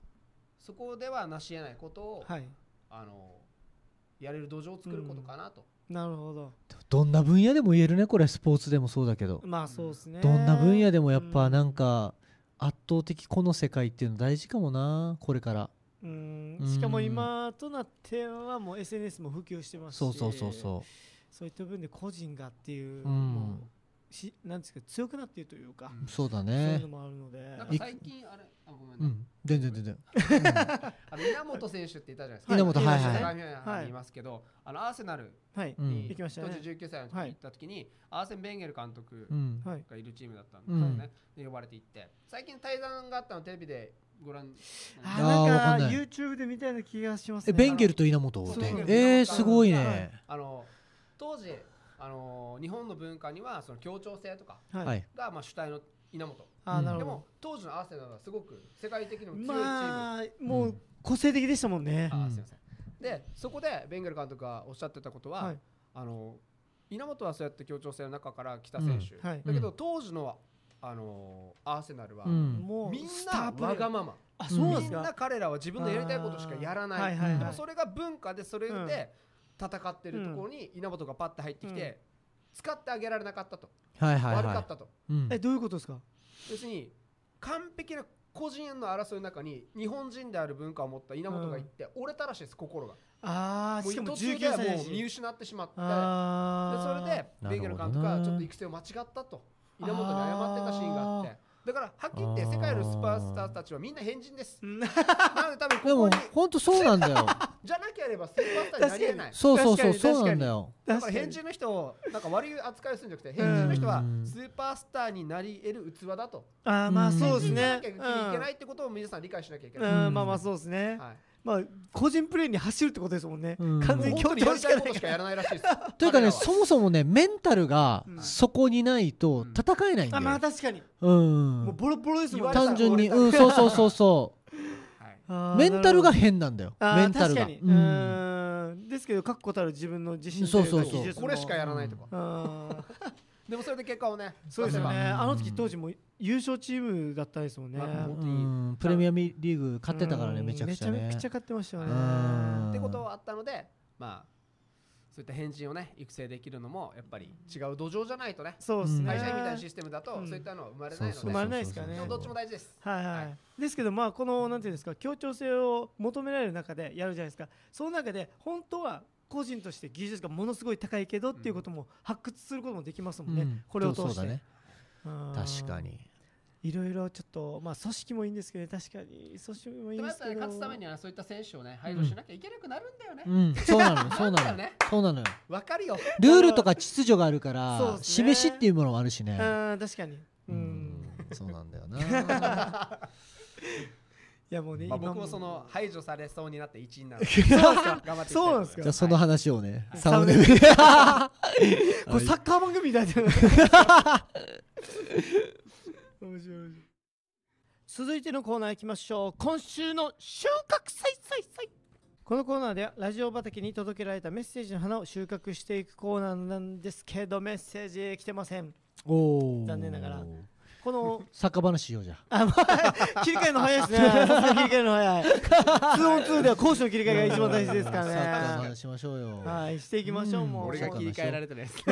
Speaker 3: そこではなし得ないことを、
Speaker 1: はい
Speaker 3: あのやれる土壌を作ることかなと、
Speaker 1: なるほど
Speaker 2: どんな分野でも言えるねこれスポーツでもそうだけど
Speaker 1: まあそうですね
Speaker 2: どんな分野でもやっぱなん
Speaker 1: う
Speaker 2: か圧倒的この世界っていうの大事かもなこれから
Speaker 1: うん
Speaker 2: うん
Speaker 1: しかも今となってはもう SNS も普及してますし
Speaker 2: そうそうそうそ
Speaker 1: そういった部分で個人がっていう、
Speaker 2: うん
Speaker 1: もうしなんですか強くなっているというか、
Speaker 2: うそうだ
Speaker 1: そういう
Speaker 2: ね
Speaker 1: のもあるので
Speaker 3: なんか最近あれあごめん
Speaker 2: う
Speaker 3: な、
Speaker 2: ん全然全然
Speaker 3: あの稲本選手っていたじゃないですか
Speaker 2: 稲本はいはい
Speaker 3: 稲本がはい、いますけど、あのアーセナル
Speaker 1: はい、
Speaker 2: うん
Speaker 3: に
Speaker 1: 行きましたね
Speaker 3: 当時19歳の時に行った時に、アーセン・ベンゲル監督
Speaker 2: うん
Speaker 1: はい
Speaker 3: がいるチームだったんですよね、で呼ばれて行って最近対談があったのテレビでご覧に
Speaker 1: あ
Speaker 2: ー
Speaker 1: ーなん
Speaker 2: わ
Speaker 1: か
Speaker 2: かんない
Speaker 1: YouTube で見たような気がします
Speaker 2: え
Speaker 1: ね
Speaker 2: ベンゲルと稲本
Speaker 1: そう
Speaker 2: で
Speaker 1: そう
Speaker 2: えーすごい
Speaker 3: は
Speaker 2: ね
Speaker 3: あの当時あの日本の文化にはその協調性とか
Speaker 1: はい、
Speaker 2: はい
Speaker 3: がまあ主体の源
Speaker 1: あーなる
Speaker 3: で
Speaker 1: ほ
Speaker 3: も
Speaker 1: ど、
Speaker 3: 当時のアーセナルはすごく世界的にも強いチーム、
Speaker 1: まあも
Speaker 2: う
Speaker 1: うん個性的でしたもんね、
Speaker 3: あ
Speaker 2: う
Speaker 3: ー
Speaker 2: ん
Speaker 3: すいませんでそこでベンゲル監督がおっしゃってたことは、
Speaker 1: はい
Speaker 3: あの稲本はそうやって協調性の中から来た選手、
Speaker 1: うんはい
Speaker 3: だけど、
Speaker 2: う
Speaker 3: 当時のあのアーセナルは、
Speaker 2: うん
Speaker 1: もう
Speaker 3: みん
Speaker 1: スター
Speaker 3: な
Speaker 1: プレイ
Speaker 3: わがまま
Speaker 1: あそうなんで
Speaker 3: み
Speaker 1: す
Speaker 3: ん
Speaker 1: か
Speaker 3: な彼らは自分のやりたいことしかやらない、
Speaker 1: あーはいはいはい
Speaker 3: でもそれが文化でそれ
Speaker 1: うん
Speaker 3: で戦ってるところに稲本がパッと入ってきて、
Speaker 1: うん
Speaker 3: 使ってあげられなかったと、
Speaker 2: はいはい
Speaker 3: 悪か
Speaker 2: は
Speaker 3: ったと
Speaker 2: いうん
Speaker 1: えどういうことですか
Speaker 3: 要するに完璧な個人の争いの中に日本人である文化を持った稲本が行って、折れたらしいです心が
Speaker 1: ああ
Speaker 3: もう
Speaker 1: しかも
Speaker 3: 途中
Speaker 1: 19
Speaker 3: では
Speaker 1: 歳だ
Speaker 3: もう見
Speaker 1: し
Speaker 3: 失ってしまってでそ
Speaker 1: あ
Speaker 3: れで
Speaker 2: なるほどな
Speaker 3: ベンゲル監督がちょっと育成を間違ったと稲本に謝ってたシーンがあってだからはっきり言って
Speaker 2: あー
Speaker 3: 世界の スーパースターたちはみんな変人です
Speaker 1: で
Speaker 3: なので多分
Speaker 2: で
Speaker 3: ここ
Speaker 2: も
Speaker 3: に
Speaker 2: 本当そうなんだよ
Speaker 3: じゃなきゃればスーパースターになりえない
Speaker 2: そうそうそう
Speaker 1: 確かに
Speaker 2: そうなんだよ
Speaker 3: だ
Speaker 1: 確から
Speaker 3: か
Speaker 1: に
Speaker 3: 変人の人をなんか悪い扱いするんじゃなくて変人の人はスーパースターになり得る器だと
Speaker 1: ああまあ
Speaker 2: うん
Speaker 1: そうです
Speaker 3: 変
Speaker 1: ね
Speaker 3: 人じゃなきゃいけないってことを皆さん理解しなきゃいけ
Speaker 1: う
Speaker 3: ない、
Speaker 1: ん、
Speaker 2: うん
Speaker 1: まあまあそうですね、
Speaker 3: はい
Speaker 1: まあ個人プレーに走るってことですもんね、
Speaker 2: うん
Speaker 1: 完全に
Speaker 3: 本
Speaker 1: 強
Speaker 3: 当にや
Speaker 1: 調
Speaker 3: り
Speaker 1: しか
Speaker 3: たい
Speaker 1: な
Speaker 3: こと
Speaker 1: いか
Speaker 3: しからやらないらしいです
Speaker 2: というかね
Speaker 3: 彼らは
Speaker 2: そもそもねメンタルが
Speaker 1: うん
Speaker 2: そこにないと戦えないんだ
Speaker 1: あまあ
Speaker 2: よ
Speaker 1: 確かに、
Speaker 2: うん
Speaker 1: もうボロボロですもん
Speaker 3: 言われ
Speaker 2: 単純に
Speaker 3: 言わ
Speaker 2: うん
Speaker 3: れ
Speaker 2: そ
Speaker 3: た
Speaker 2: うそうそうそ
Speaker 3: はい、
Speaker 1: あ
Speaker 2: う
Speaker 1: ー
Speaker 2: メンタルが
Speaker 1: なる
Speaker 2: 変なんだよ
Speaker 1: ほどあー
Speaker 2: メンタル
Speaker 1: 確か
Speaker 2: が
Speaker 1: に
Speaker 2: う
Speaker 1: うんーんですけど確固たる自分の自信
Speaker 2: そうそう
Speaker 1: といか
Speaker 2: そう
Speaker 1: 技術も
Speaker 3: これしかやらないとか、
Speaker 1: うん
Speaker 3: でもそれで結果をね
Speaker 1: そうです よ
Speaker 2: 出
Speaker 1: ね
Speaker 2: せば
Speaker 1: あの時当時も優勝チームだったですもんね、
Speaker 3: まあ
Speaker 2: う
Speaker 3: 本当に
Speaker 2: んプレミアムリーグ勝ってたからね
Speaker 1: うん
Speaker 2: めちゃくちゃね
Speaker 1: めちゃくちゃ勝ってましたよね
Speaker 2: うん
Speaker 3: ってことはあったのでまあそういった変人をね育成できるのもやっぱり違う土壌じゃないとね
Speaker 1: そうですね、
Speaker 2: うん
Speaker 3: 会社員みたいなシステムだと、
Speaker 1: うん
Speaker 3: そういったのは生まれないので
Speaker 1: 生まれないですからね
Speaker 3: でもどっちも大事です
Speaker 1: はいはい、
Speaker 3: は
Speaker 1: ですけどまあこのなんていうんですか協調性を求められる中でやるじゃないですかその中で本当は個人として技術がものすごい高いけどっていうことも発掘することもできますもんね、
Speaker 2: うん
Speaker 1: これを通
Speaker 2: そう
Speaker 1: して、
Speaker 2: だね
Speaker 1: うん
Speaker 2: 確かに
Speaker 1: いろいろちょっとまあ組織もいいんですけど、ね、確かに組織もいい
Speaker 3: で
Speaker 1: んで
Speaker 3: もやっ
Speaker 1: す
Speaker 3: ぱ
Speaker 1: け
Speaker 3: り
Speaker 1: ど
Speaker 3: 勝つためにはそういった選手をね配慮しなきゃいけなくなるんだよね
Speaker 2: うんそうな のそう
Speaker 3: なんだ
Speaker 2: な
Speaker 3: よ
Speaker 2: の
Speaker 3: ね
Speaker 2: そうなのよ
Speaker 3: わかるよ
Speaker 2: ルールとか秩序があるか
Speaker 1: そう
Speaker 2: ら
Speaker 1: ですね
Speaker 2: 示しっていうものもあるしね
Speaker 1: うん確かにう
Speaker 2: うんんそうなんだ よな
Speaker 1: いやもうね、
Speaker 3: まあ、
Speaker 1: 今
Speaker 3: 僕も その排除されそうになって一位になるので
Speaker 1: そうですか
Speaker 3: 頑張っていきたいと
Speaker 1: そうな
Speaker 3: 思
Speaker 1: んで
Speaker 3: いますす
Speaker 1: か
Speaker 2: じゃあその話をね
Speaker 1: はい
Speaker 2: サムネで
Speaker 1: これサッカー番組みたいな 面白い面白い続いてのコーナーいきましょう今週の収穫祭祭祭このコーナーではラジオ畑に届けられたメッセージの花を収穫していくコーナーなんですけどメッセージ来てません
Speaker 2: おー
Speaker 1: 残念ながらこの
Speaker 2: 酒話しようじゃ
Speaker 1: あ、まあ、切り替えの早いですねさすが切り替えの早い 2on2 では攻守の切り替えが一番大事ですか
Speaker 2: サッカーの
Speaker 1: らね
Speaker 2: 話しましょうよ
Speaker 1: はいしていきましょう
Speaker 2: うん
Speaker 1: もう
Speaker 3: 俺が切り替えられてな いです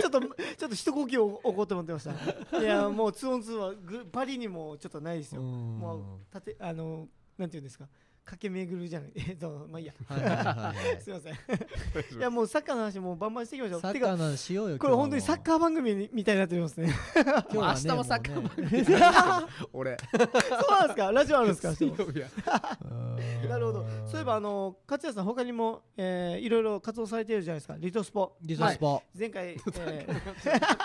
Speaker 1: ちょっと、ちょっと一呼吸を置こうと思ってました。いや、もうツオンツーはぐ、パリにもちょっとないですよ。もう、たて、あの、なんていうんですか。駆け巡るじゃない、 えっと、まあ、いいや。
Speaker 2: はいはい はいはい
Speaker 1: すいません。いや、もうサッカーの話もうバンバンしていきましょ
Speaker 2: サ
Speaker 1: う。て
Speaker 2: ッカー
Speaker 1: か、
Speaker 2: の話しようよ
Speaker 1: これ本当にサッ
Speaker 2: ー
Speaker 1: カー番組みたいになってますね。
Speaker 2: 今日はね
Speaker 3: 明日もサッカー
Speaker 2: もうね
Speaker 3: 俺
Speaker 1: そうなんですか、ラジオあるん ですか。明日も
Speaker 2: うん
Speaker 1: なるほど。そういえば、あの、勝谷さん、他にも、えーいろいろ活動されてるじゃないですか。リトスポ。
Speaker 2: リゾスポ
Speaker 1: 前 回、えー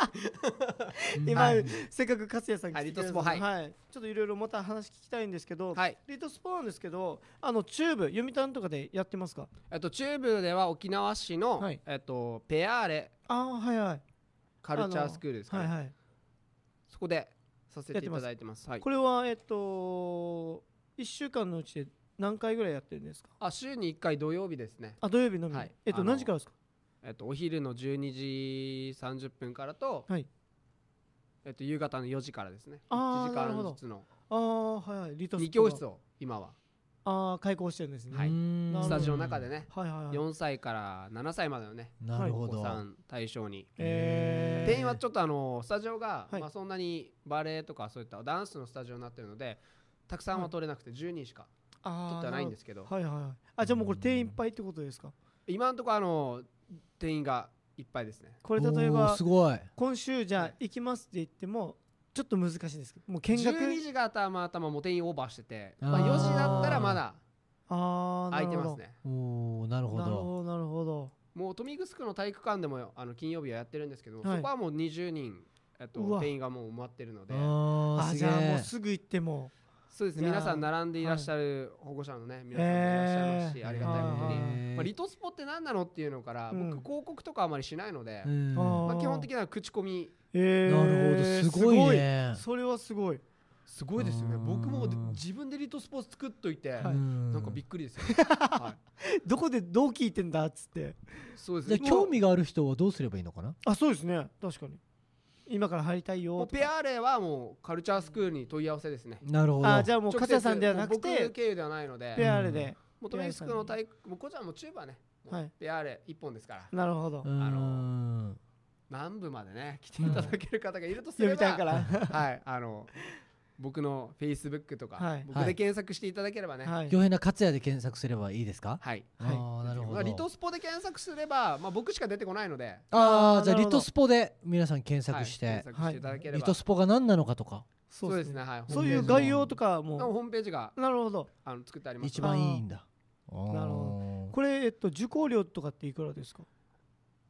Speaker 2: うん
Speaker 1: 今
Speaker 2: はい
Speaker 1: せっかく勝谷さん来てくれたので
Speaker 3: はいリトスポ
Speaker 1: はい、ちょっといろいろまた話聞きたいんですけど、
Speaker 3: はい
Speaker 1: リートスポなんですけど、あのチューブ、読谷とかでやってますか。
Speaker 3: えっと中部では沖縄市の、
Speaker 1: はい
Speaker 3: えっとペアーレ
Speaker 1: ああ、はいはい。
Speaker 3: カルチャースクールですかね、
Speaker 1: はいはい。
Speaker 3: そこでさせていただいてますはい
Speaker 1: これは、えっと、一週間のうちで何回ぐらいやってるんですか。
Speaker 3: あ週に1回土曜日ですね
Speaker 1: あ、土曜日のみ。
Speaker 3: はい
Speaker 1: えっと、
Speaker 3: あの
Speaker 1: 何時からですか。
Speaker 3: えっとお昼の12時30分からと、
Speaker 1: はい
Speaker 3: えっと夕方の4時からですね
Speaker 1: あー
Speaker 3: 1時
Speaker 1: なるほど
Speaker 3: 間ずつの
Speaker 1: ああ、はいはい。リートスポ。
Speaker 3: 2教室。を今は
Speaker 1: ああ、開校してるんですね。
Speaker 3: はいう
Speaker 2: ーん
Speaker 1: なるほど
Speaker 3: スタジオの中でね
Speaker 1: はいはいはい。
Speaker 3: 4歳から7歳までのね
Speaker 2: なる
Speaker 3: お
Speaker 2: ほ
Speaker 3: 子
Speaker 2: ど
Speaker 3: さん対象に
Speaker 1: えー、
Speaker 3: 店員はちょっとあのスタジオが、
Speaker 1: はい
Speaker 3: まあ、そんなにバレエとかそういったダンスのスタジオになってるのでたくさんは取れなくて10人しか
Speaker 1: あー
Speaker 3: 取ってはないんですけど
Speaker 1: なるほどはいはいはい。あ、じゃあもうこれ店員いっぱいってことですか。
Speaker 3: 今のところあの店員がいっぱいですね
Speaker 1: これ例え
Speaker 2: お
Speaker 1: ば
Speaker 2: ーす。ごい
Speaker 1: 今週じゃ
Speaker 3: は
Speaker 1: あ
Speaker 3: い
Speaker 1: 行きますって言ってもちょっと難しいんですけどもう見学
Speaker 3: 12時がたまたまもう店員オーバーしててま
Speaker 2: あ
Speaker 3: あ、
Speaker 2: ー
Speaker 3: 4時だったらまだ
Speaker 1: ああ
Speaker 3: 空いてますね
Speaker 2: おーなるほ
Speaker 1: なる
Speaker 2: ど
Speaker 1: ほどなるほど
Speaker 3: もう豊見城の体育館でもあの金曜日はやってるんですけど、
Speaker 1: はい
Speaker 3: そこはもう20人、えっと、
Speaker 1: うわ
Speaker 3: 店員がもう埋まってるので
Speaker 2: あー
Speaker 1: あ
Speaker 2: す
Speaker 1: じ
Speaker 2: げ
Speaker 1: ゃあもう
Speaker 2: え
Speaker 1: すぐ行っても
Speaker 3: そうです
Speaker 1: い
Speaker 3: ね
Speaker 1: やー
Speaker 3: 皆さん並んでいらっしゃる保護者のね皆さんもいらっしゃいますし、
Speaker 1: えー
Speaker 3: ありがたいことに
Speaker 1: は、
Speaker 3: まあ、リトスポって何なのっていうのから、
Speaker 1: うん
Speaker 3: 僕広告とかあまりしないので、
Speaker 2: うん
Speaker 1: あ
Speaker 3: まあ、基本的な口コミ
Speaker 1: え
Speaker 2: なるほどすごいね
Speaker 1: それはすごい
Speaker 3: すごいですよね
Speaker 2: うん
Speaker 3: 僕も自分でリトスポ作っといて、
Speaker 1: はい
Speaker 3: な
Speaker 2: なん
Speaker 3: かびっくりですよ、 は
Speaker 1: どこでどう聞いてんだっつって
Speaker 3: い、そうです
Speaker 2: じゃ
Speaker 3: ね
Speaker 2: あ興味がある人はどうすればいいのかな
Speaker 1: あそうですね確かに今から入りたい
Speaker 3: も
Speaker 1: よ
Speaker 3: う
Speaker 1: とか
Speaker 3: ペアーレはもうカルチャースクールに問い合わせですね
Speaker 2: なるほど
Speaker 1: あじゃあもう
Speaker 3: 直接
Speaker 1: 勝谷さんではなく
Speaker 3: もう僕
Speaker 1: て
Speaker 3: 経由ではないので
Speaker 1: ペアレで
Speaker 3: もうトミスクの体育、もうこっちはもうチューバーね、もう
Speaker 1: はい
Speaker 3: ペアーレ一本ですから、
Speaker 1: なるほど
Speaker 2: うーん
Speaker 3: あ南部までね、 来ていただける方がいるとす
Speaker 1: 読
Speaker 3: れ
Speaker 1: みたいか
Speaker 3: ば、
Speaker 1: ら
Speaker 3: はい、あの、僕のフェイスブックとか、
Speaker 1: はい
Speaker 3: 僕で検索していただければね、はい。
Speaker 1: はい
Speaker 2: 魚変な勝也で検索すればいいですか
Speaker 1: はい
Speaker 2: ああなるほ
Speaker 3: ま
Speaker 2: ど
Speaker 3: あ、リトスポで検索すれば、まあ、僕しか出てこないので、
Speaker 2: あ
Speaker 1: あー
Speaker 2: あじゃ
Speaker 1: な
Speaker 2: あ
Speaker 1: る
Speaker 2: リ
Speaker 1: ほど
Speaker 2: トスポで皆さん検
Speaker 3: はい
Speaker 2: 索して
Speaker 3: 検索していただけれ
Speaker 2: リ
Speaker 3: ば、
Speaker 2: トスポが何なのかとか
Speaker 1: そ
Speaker 3: そう
Speaker 1: うで
Speaker 3: ですす
Speaker 1: ね
Speaker 3: ねはい
Speaker 1: そういう概要とか
Speaker 3: ホームページのあ
Speaker 1: も
Speaker 3: のホームページが
Speaker 1: なるほど
Speaker 3: あの作ってあります
Speaker 2: 一番いいんだ
Speaker 1: なる
Speaker 2: ほ
Speaker 1: これえっと受講料とかっていくらですか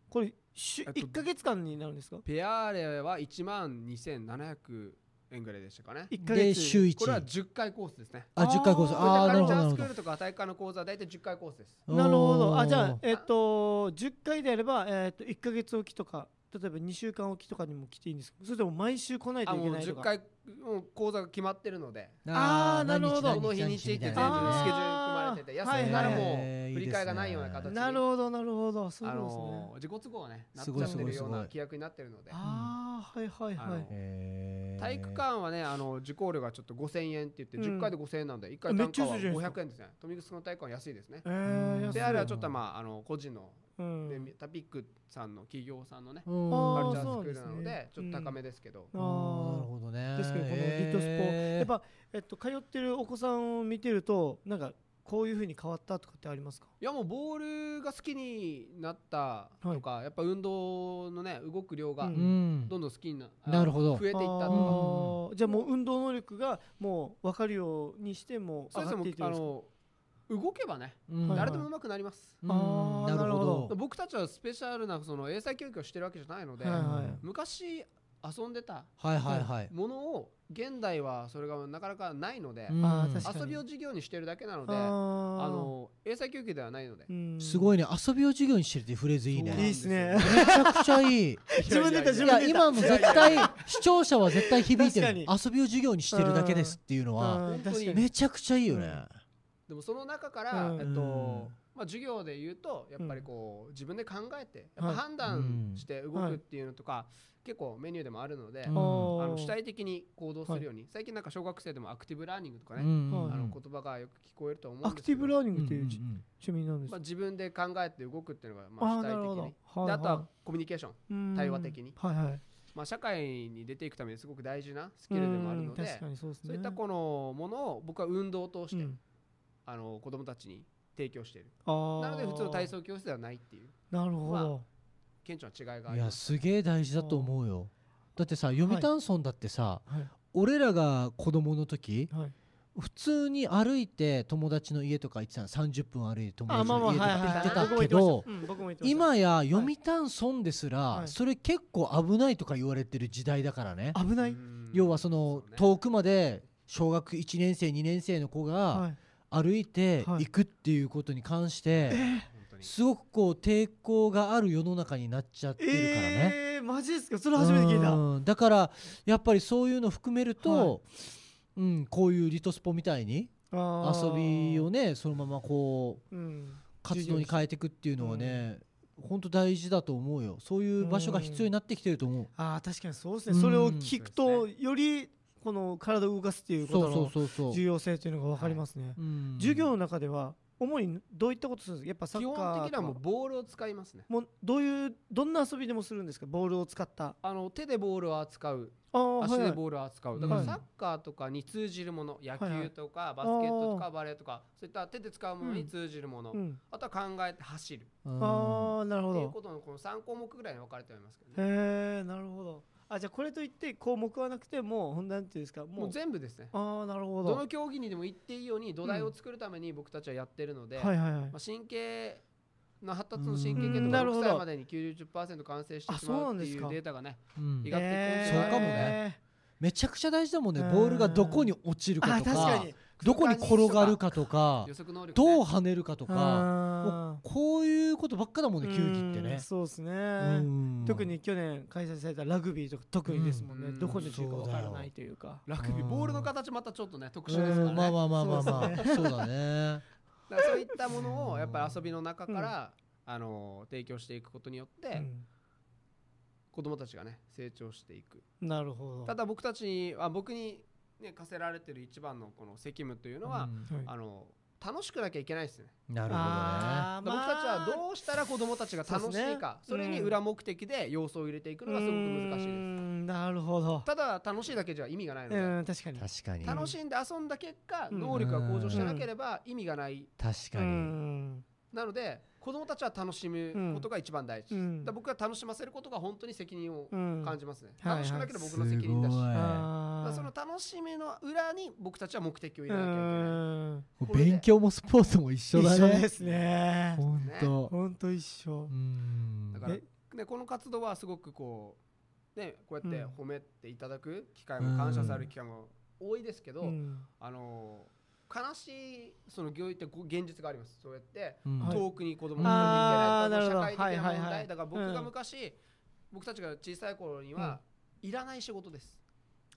Speaker 1: これしゅ
Speaker 3: えっと
Speaker 1: 1か月間になるんですか
Speaker 3: ペアーレは1万2700円ぐらいでしたかね
Speaker 1: 1か
Speaker 2: で週
Speaker 1: 月
Speaker 2: 1
Speaker 3: これは10回コースですね
Speaker 2: あ10回コース
Speaker 1: あー
Speaker 2: ああな
Speaker 3: カ
Speaker 2: る
Speaker 3: ル
Speaker 2: ほど
Speaker 3: チャ
Speaker 2: な
Speaker 3: ー
Speaker 2: る
Speaker 3: ス
Speaker 2: ほ
Speaker 3: ク
Speaker 2: ど
Speaker 3: ールとか体育館の講座は大体10回コースです
Speaker 1: なるほどあじゃあ
Speaker 2: おー
Speaker 1: えっと10回であればえっと1か月おきとか例えば2週間おきとかにも来ていいんですかそれとも毎週来ないと
Speaker 3: あ
Speaker 1: い
Speaker 3: も
Speaker 1: け
Speaker 3: う
Speaker 1: ないと
Speaker 3: 10
Speaker 1: か
Speaker 3: 回もう講座が決まってるので
Speaker 1: あーなるほど
Speaker 2: 何
Speaker 3: その日
Speaker 2: 何
Speaker 3: にちって
Speaker 2: み
Speaker 3: 全部スケジ
Speaker 2: たい
Speaker 3: ュー
Speaker 1: あ
Speaker 2: なね
Speaker 3: ル組まれてて休んだらもう振り替えがないような形に
Speaker 1: なるほどなるほどそうい
Speaker 3: あ
Speaker 1: うことですね
Speaker 3: の自己都合がねなっ
Speaker 2: す
Speaker 3: ち
Speaker 2: ご
Speaker 3: ゃ
Speaker 2: い
Speaker 3: ってるよう
Speaker 2: すごいすごい
Speaker 3: な規約になってるので
Speaker 1: ああはいはい
Speaker 3: あ
Speaker 1: は
Speaker 3: の体育館はねあの受講料がちょっと5000円って言って
Speaker 1: うん
Speaker 3: 10回で5000円なんで1
Speaker 1: あ
Speaker 3: 回
Speaker 1: め
Speaker 3: 単
Speaker 1: っちゃ
Speaker 3: 価
Speaker 1: 安
Speaker 3: は
Speaker 1: じゃ
Speaker 3: い
Speaker 1: ないですか
Speaker 3: 500円ですね富城の体育館は安いですね
Speaker 1: いえ
Speaker 2: うん
Speaker 1: ー
Speaker 3: で
Speaker 1: 安
Speaker 3: あ
Speaker 1: い
Speaker 3: れはちょっとまああの個人の
Speaker 1: うん
Speaker 3: でタピックさんの企業さんのね
Speaker 2: うん
Speaker 1: あ
Speaker 3: カ
Speaker 1: ー
Speaker 3: ルチャ
Speaker 1: そ
Speaker 3: ー
Speaker 1: う
Speaker 3: スクールなの
Speaker 1: そうで
Speaker 3: ですちょ
Speaker 1: ね
Speaker 3: っと高めですけど
Speaker 1: あ
Speaker 2: あーなる
Speaker 1: ー
Speaker 2: ほどね
Speaker 1: ですけどこのリットスポ、やっぱ、えっと、通ってるお子さんを見てるとなんかこういうふうに変わったとかってありますか
Speaker 3: いやもうボールが好きになったとかやっぱ運動のね動く量
Speaker 1: う
Speaker 3: が
Speaker 1: ん
Speaker 2: うん
Speaker 3: どんどん好きになあ
Speaker 2: なるほど
Speaker 3: 増えていったとか
Speaker 1: あーじゃあもう運動能力がもう分かるようにしてもう
Speaker 3: そ
Speaker 1: 上が
Speaker 3: れで
Speaker 1: っ
Speaker 3: も
Speaker 1: ていってる
Speaker 3: あ
Speaker 1: んですか
Speaker 3: の動けばね
Speaker 2: うん
Speaker 1: はい
Speaker 3: 誰でも上手くなります
Speaker 2: うん
Speaker 1: あー
Speaker 2: なるほ
Speaker 1: なるほ
Speaker 2: ど
Speaker 3: 僕たちはスペシャルなその英才教育をしてるわけじゃないので
Speaker 1: はいはい
Speaker 3: 昔遊んでた
Speaker 2: はいはいはい
Speaker 3: ものを現代はそれがなかなかないので
Speaker 2: うん
Speaker 1: あー確かに
Speaker 3: 遊びを授業にしてるだけなのであ
Speaker 1: あ
Speaker 3: の英才教育ではないので
Speaker 1: の
Speaker 2: す
Speaker 1: い
Speaker 2: ごいね遊びを授業にしてるっていうフレーズいい
Speaker 3: そう
Speaker 1: い
Speaker 2: ね
Speaker 1: いっすね
Speaker 2: めちゃくちゃいい
Speaker 1: 自分で言った
Speaker 3: い
Speaker 1: 自
Speaker 2: い
Speaker 1: 分で言
Speaker 2: や
Speaker 1: った
Speaker 2: 今も 絶対視聴者は絶対響いて
Speaker 1: 確
Speaker 2: る
Speaker 1: か
Speaker 2: 遊びを授業にしてるだけですっていうのは
Speaker 1: うん
Speaker 3: 本当に
Speaker 1: 確かに
Speaker 2: めちゃくちゃいいよね
Speaker 3: でもその中から、
Speaker 1: うん
Speaker 3: えっ
Speaker 2: うん
Speaker 3: とまあ、授業で言うとやっぱりこう、自分で考えてやっ
Speaker 1: は
Speaker 3: ぱ
Speaker 1: い
Speaker 3: 判断して動くっていうのとか、結構メニューでもあるので、
Speaker 2: うん
Speaker 3: あ
Speaker 1: の
Speaker 3: の主体的に行動するように、最近なんか小学生でもアクティブラーニングとか
Speaker 2: う
Speaker 3: ね、
Speaker 2: ん
Speaker 1: はい
Speaker 3: あの言葉がよく聞こえると思うんですけど
Speaker 1: アクティブラーニン
Speaker 2: う
Speaker 1: グ
Speaker 2: ん
Speaker 1: っていうじ
Speaker 2: うん
Speaker 1: 趣味なんですか
Speaker 3: まあ、自分で考えて動くっていうのが、
Speaker 1: あ
Speaker 3: ま
Speaker 1: ー
Speaker 3: あ、主体
Speaker 1: なるほ
Speaker 3: 的
Speaker 1: ど
Speaker 3: に。
Speaker 1: い
Speaker 3: で
Speaker 1: い
Speaker 3: あとはコミュニケーション、
Speaker 1: うん
Speaker 3: 対話的に
Speaker 1: はいはい
Speaker 3: まあ、社会に出ていくためにすごく大事なスキルでもあるの
Speaker 1: う
Speaker 3: で
Speaker 1: ん確かにそうですね
Speaker 3: そういったこのものを僕は運動を通して、
Speaker 1: うん
Speaker 3: あの子どもたちに提供している
Speaker 1: あー
Speaker 3: なので普通の体操教室ではないっていう
Speaker 1: なるほど
Speaker 3: 顕著な違いがあ
Speaker 2: い
Speaker 3: りま
Speaker 2: や
Speaker 3: す
Speaker 2: すげえ大事だと思うよだってさ読谷村だってさ
Speaker 1: はい
Speaker 2: 俺らが子供の時
Speaker 1: はい
Speaker 2: 普通に歩いて友達の家とか行ってたの30分歩いて友
Speaker 1: あ
Speaker 2: 達
Speaker 1: まあまあは
Speaker 2: の
Speaker 1: い
Speaker 2: 家
Speaker 1: はい
Speaker 2: とか行ってた
Speaker 1: 僕も
Speaker 2: け
Speaker 1: 行っ
Speaker 2: ど
Speaker 1: てましたうん僕も行ってました
Speaker 2: 今や読谷村ですら
Speaker 1: はい
Speaker 2: それ結構危ないとか言われてる時代だからね
Speaker 1: 危ない、
Speaker 3: うん
Speaker 2: 要はその
Speaker 3: そうね
Speaker 2: 遠くまで小学1年生2年生の子が
Speaker 1: はい
Speaker 2: 歩いて
Speaker 1: はい
Speaker 2: 行くっていうことに関して
Speaker 1: え
Speaker 3: 本当に
Speaker 2: すごくこう抵抗がある世の中になっちゃっ
Speaker 1: ー、
Speaker 2: てるからね。
Speaker 1: えー、マジですかそれ初めて聞いた
Speaker 2: うんだからやっぱりそういうの含めると、うん、こういうリトスポみたいに
Speaker 1: あ
Speaker 2: 遊
Speaker 1: ー
Speaker 2: びをねそのままこう
Speaker 1: うん
Speaker 2: 活動に変えていくっていうのはね、本当大事だと思うよそういう場所が必要になってきてると思う、
Speaker 1: あー確かにそうですね、
Speaker 2: うん
Speaker 1: それを聞く
Speaker 3: そ
Speaker 1: と、
Speaker 3: う
Speaker 1: よりこの体を動かすっていうこ
Speaker 2: そ
Speaker 1: と
Speaker 2: うそう
Speaker 1: の
Speaker 2: そうそう、
Speaker 1: 重要性というのが分かりますね、
Speaker 2: うん
Speaker 1: 授業の中では主にどういったことするんですかやっぱサッ
Speaker 3: 基
Speaker 1: カー
Speaker 3: 本
Speaker 1: とか
Speaker 3: 的にはもうボールを使いますね
Speaker 1: もうどういうどんな遊びでもするんですかボールを使った
Speaker 3: あの手でボールを扱う
Speaker 1: あー
Speaker 3: 足
Speaker 1: は
Speaker 3: で
Speaker 1: いはい
Speaker 3: ボールを扱
Speaker 2: う
Speaker 3: うんだからサッカーとかに通じるもの野球とかバスケットとかバレーとかそういった手で使うものに通じるもの
Speaker 1: うん、
Speaker 3: あとは考えて走るっ
Speaker 2: うん
Speaker 1: ああなるほ
Speaker 3: ていう
Speaker 1: ど
Speaker 3: ことのこの3項目ぐらいに分かれておりますけどね
Speaker 1: へえなるほどあじゃあこれといって項目はなくてもうほんなんていうんですかもう
Speaker 3: もう全部ですね
Speaker 1: ああなるほど
Speaker 3: どの競技にでも行っていいように土台を作るために僕たちはやってるので、
Speaker 1: はいはいはい
Speaker 3: まあ、神経の発達の神経系
Speaker 1: う
Speaker 3: と
Speaker 1: ん
Speaker 3: か
Speaker 1: なるほ
Speaker 3: 6
Speaker 1: ど
Speaker 3: 歳までに90%完成して
Speaker 1: あ
Speaker 3: しま
Speaker 1: そう
Speaker 3: う
Speaker 1: な
Speaker 3: っ
Speaker 1: ん
Speaker 3: て
Speaker 1: です
Speaker 3: い
Speaker 1: か
Speaker 3: うデータがね
Speaker 2: うん
Speaker 3: 医学的に
Speaker 2: そうかもねめちゃくちゃ大事だもんねボールがどこに落ちる
Speaker 1: あ
Speaker 2: か
Speaker 1: ー
Speaker 2: と
Speaker 1: 確
Speaker 2: か
Speaker 1: かに
Speaker 2: どこに転がるかとか
Speaker 3: 予測能力、ね、
Speaker 2: どう跳ねるかとか
Speaker 1: あー
Speaker 2: こういうことばっかだもんね球技って
Speaker 1: うん
Speaker 2: ね。
Speaker 1: そうですね、
Speaker 2: うん
Speaker 1: 特に去年開催されたラグビーとか特にですもんね、
Speaker 3: うん
Speaker 1: どこに中か
Speaker 2: そう
Speaker 1: 分
Speaker 2: だ
Speaker 1: か
Speaker 2: よ
Speaker 1: らないというか
Speaker 3: ラグビー
Speaker 2: うん
Speaker 3: ボールの形またちょっとね特殊
Speaker 2: う
Speaker 3: ですからね
Speaker 2: んまあまあまあまあま
Speaker 1: そうで
Speaker 2: あそうだね。
Speaker 3: だからそういったものをやっぱり遊びの中から、あのー提供していくことによって、子供たちがね成長していく
Speaker 1: うんなるほど
Speaker 3: ただ僕たちにあ僕に、ね、課せられてる一番のこの責務というのは、
Speaker 1: はい
Speaker 3: あのー楽しくなきゃいけないですね
Speaker 2: なる
Speaker 1: あー
Speaker 3: 僕た
Speaker 1: まあ
Speaker 3: ちはどうしたら子供たちが楽しいか
Speaker 1: そ
Speaker 3: そう
Speaker 1: ですね
Speaker 3: れに裏目的で要素を入れていくのがすごく難し
Speaker 1: ー
Speaker 3: いうです
Speaker 1: んなるほど
Speaker 3: ただ楽しいだけじゃ意味がないので、
Speaker 1: うん確かに
Speaker 2: ほどね。確かに
Speaker 3: 楽しんで遊んだ結果、
Speaker 1: うん
Speaker 3: 能力が向上してなければ意味がない
Speaker 2: 確
Speaker 1: うん
Speaker 3: なので子供たちは楽しむことが一番大事、
Speaker 1: うん
Speaker 3: だから僕が楽しませることが本当に責任を
Speaker 1: うん
Speaker 3: 感じますね、
Speaker 1: うん
Speaker 3: 楽しくなければ僕
Speaker 2: す
Speaker 3: の
Speaker 2: ご
Speaker 3: 責任だし、だ
Speaker 2: い
Speaker 1: あ
Speaker 3: か
Speaker 1: ー
Speaker 3: らその楽しみの裏に僕たちは目的を
Speaker 1: う
Speaker 3: 入れなきゃいけない
Speaker 1: ーん
Speaker 3: これで
Speaker 2: 勉強もスポーツも一緒だ
Speaker 1: 一緒で
Speaker 2: ね
Speaker 1: すね
Speaker 2: 本当
Speaker 1: ほんと一緒
Speaker 2: うん
Speaker 3: だから
Speaker 1: え、
Speaker 3: ね、この活動はすごくこう、ね、こうやって
Speaker 1: うん
Speaker 3: 褒めていただく機会も感謝される機会も多いですけど、
Speaker 1: うん
Speaker 3: あのー悲しいその業界ってこう現実がありますそうやって
Speaker 2: うん
Speaker 1: はい
Speaker 3: 遠くに子供
Speaker 1: あ
Speaker 3: が
Speaker 1: ー
Speaker 3: い
Speaker 1: なるほど
Speaker 3: てないとか社会的な問
Speaker 1: はいはいは
Speaker 3: 題
Speaker 1: い
Speaker 3: だから僕が昔、僕たちが小さい頃には、いらない仕事です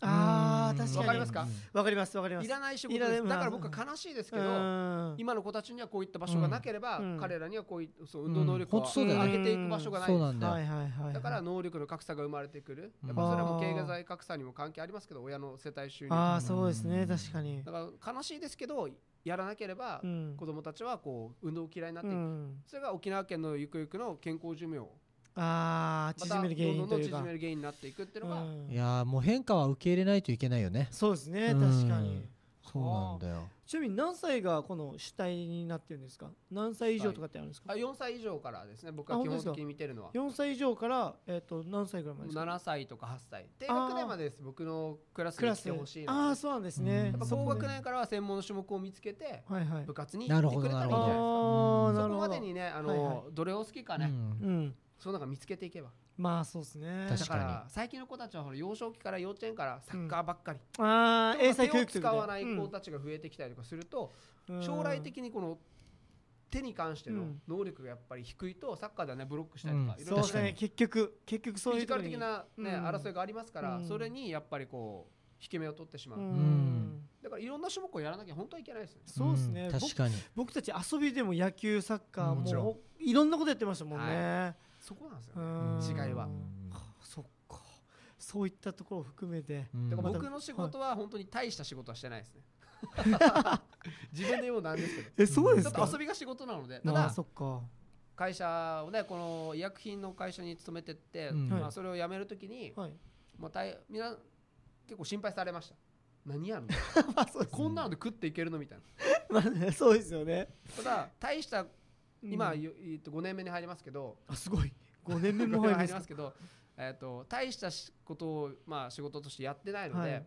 Speaker 1: あー確かに
Speaker 3: わかりますか
Speaker 1: わかりますわかります
Speaker 3: いらない仕事で
Speaker 1: いら
Speaker 3: す
Speaker 1: ない
Speaker 3: だから僕は悲しいですけ
Speaker 1: う
Speaker 3: ど、
Speaker 1: ん
Speaker 3: 今の子たちにはこういった場所がなければ、
Speaker 1: うんうん
Speaker 3: 彼らにはこういそう運動能力
Speaker 2: うん
Speaker 3: を
Speaker 2: 本当
Speaker 3: 上
Speaker 2: そうだよね
Speaker 3: げていく場所がない
Speaker 2: そう
Speaker 3: です
Speaker 2: なんだ
Speaker 1: は
Speaker 2: よ
Speaker 1: いはいはいはい
Speaker 3: だから能力の格差が生まれてくる、
Speaker 2: うん
Speaker 3: やっぱそれはもう経済格差にも関係ありますけど、親の世帯収入と
Speaker 1: あ
Speaker 3: か
Speaker 1: あそうです
Speaker 2: う
Speaker 1: ね
Speaker 2: ん
Speaker 1: 確かに
Speaker 3: だから悲しいですけど、やらなければ
Speaker 1: う、ん
Speaker 3: 子供たちはこう運動嫌いになっていく、
Speaker 1: うん
Speaker 3: それが沖縄県のゆくゆくの健康寿命を、
Speaker 1: ああ
Speaker 3: また
Speaker 1: 縮める原
Speaker 3: ど
Speaker 1: 因
Speaker 3: んど
Speaker 1: と
Speaker 3: ん
Speaker 1: いう
Speaker 3: 縮
Speaker 1: か
Speaker 3: める原因になっていくっていうのが、
Speaker 1: うん
Speaker 2: いやーもう変化は受け入れないといけないよね
Speaker 1: そうですね
Speaker 2: うん
Speaker 1: 確かに
Speaker 2: そうなんだよ
Speaker 1: ちなみに何歳がこの主体になってるんですか何歳以上とかってあるんですか
Speaker 3: あ4歳以上からですね、僕
Speaker 1: あ
Speaker 3: は
Speaker 1: 本当で
Speaker 3: 基本
Speaker 1: すか
Speaker 3: 的に見てるのは。
Speaker 1: 4歳以上からえっと何歳ぐらいまでです
Speaker 3: 7
Speaker 1: か
Speaker 3: 歳とか8歳低学年までです僕のクラス
Speaker 1: ク
Speaker 3: に
Speaker 1: ラ
Speaker 3: 来
Speaker 1: ス
Speaker 3: てほしいの
Speaker 1: ああ
Speaker 3: は
Speaker 1: ーそうなんですね
Speaker 2: うん
Speaker 3: やっぱ
Speaker 1: そ
Speaker 3: 高
Speaker 1: こで
Speaker 3: 学年からは専門の種目を見つけて
Speaker 1: はいはい
Speaker 3: 部活に行
Speaker 2: な
Speaker 3: っ
Speaker 2: る
Speaker 3: て
Speaker 2: ほど
Speaker 3: くれたら
Speaker 2: ない
Speaker 3: い
Speaker 2: る
Speaker 3: んじゃ
Speaker 2: ほど
Speaker 3: ないで
Speaker 1: あ
Speaker 3: すか
Speaker 1: あな
Speaker 2: うん
Speaker 3: そ
Speaker 1: る
Speaker 3: こ
Speaker 1: ほ
Speaker 3: ま
Speaker 1: ど
Speaker 3: でにね、あの
Speaker 1: はいはい
Speaker 3: どれを好きか
Speaker 2: う
Speaker 3: ね、
Speaker 2: ん
Speaker 1: うん
Speaker 3: その中見つけていけば。
Speaker 1: まあそうですね
Speaker 2: 確
Speaker 3: だ
Speaker 2: か
Speaker 3: か
Speaker 2: に
Speaker 3: ら最近の子たちはほら幼少期から幼稚園からサッカーばっかり、
Speaker 1: ああ英才
Speaker 3: 手
Speaker 1: 教
Speaker 3: を
Speaker 1: 育というこ
Speaker 3: 使
Speaker 1: とで
Speaker 3: わない
Speaker 1: うん
Speaker 3: 子たちが増えてきたりとかすると、
Speaker 1: うん
Speaker 3: 将来的にこの手に関して
Speaker 1: う
Speaker 3: の
Speaker 1: ん
Speaker 3: 能力がやっぱり低いとサッカーではねブロックしたりとか、
Speaker 2: うん
Speaker 3: いろい
Speaker 1: そう
Speaker 3: ろ
Speaker 1: で
Speaker 3: フ
Speaker 1: す
Speaker 2: 確か
Speaker 1: ね
Speaker 2: に
Speaker 1: 結局結局そう
Speaker 3: ィ
Speaker 1: いう
Speaker 3: ジ
Speaker 1: と
Speaker 3: カ
Speaker 1: ころ
Speaker 3: ル
Speaker 1: に
Speaker 3: 的な、ね
Speaker 1: うん
Speaker 3: 争いがありますから、
Speaker 1: うん
Speaker 3: それにやっぱりこう引け目を取ってしまう、
Speaker 1: う
Speaker 2: うん
Speaker 1: ん
Speaker 3: だからいろんな種目をやらなきゃ本当はいけないですね。
Speaker 1: そうですね
Speaker 2: ん
Speaker 1: 僕
Speaker 2: 確かに
Speaker 1: 僕たち遊びでも野球サッカー
Speaker 2: も
Speaker 1: も
Speaker 2: ちろん
Speaker 1: ほいろんなことやってましたもんね、
Speaker 3: そこなんですよ
Speaker 1: う
Speaker 3: ね、
Speaker 1: ん
Speaker 3: 違いは
Speaker 1: そっかそういったところを含めて
Speaker 2: うん
Speaker 3: だから
Speaker 1: ま
Speaker 3: 僕
Speaker 1: た
Speaker 3: の仕事は本当に大した仕事はしてないですね。 自分で言うのなんですけど。
Speaker 1: え
Speaker 2: そうで
Speaker 3: ちょ
Speaker 2: す
Speaker 3: っ
Speaker 2: か
Speaker 3: と遊びが仕事なので、た
Speaker 1: ああ
Speaker 3: だ
Speaker 1: そっか
Speaker 3: 会社をね、この医薬品の会社に勤めてって、
Speaker 2: うん
Speaker 3: ま
Speaker 1: は
Speaker 3: あ
Speaker 1: い
Speaker 3: それを辞めるときに、
Speaker 1: はい
Speaker 3: まあ大みんな結構心配されました。何やるの
Speaker 1: まあそうです
Speaker 3: こんなので食っていけるのみたいな。
Speaker 1: まあねそうですよね
Speaker 3: ただ、大した、今、
Speaker 1: うん
Speaker 3: よえっと5年目に入りますけど、
Speaker 1: あすごい5年目も入
Speaker 3: 5年目に
Speaker 1: りま
Speaker 3: 入
Speaker 1: し
Speaker 3: り
Speaker 1: た
Speaker 3: ますけど、えっと大した仕事を、まあ、仕事としてやってないので、
Speaker 1: はい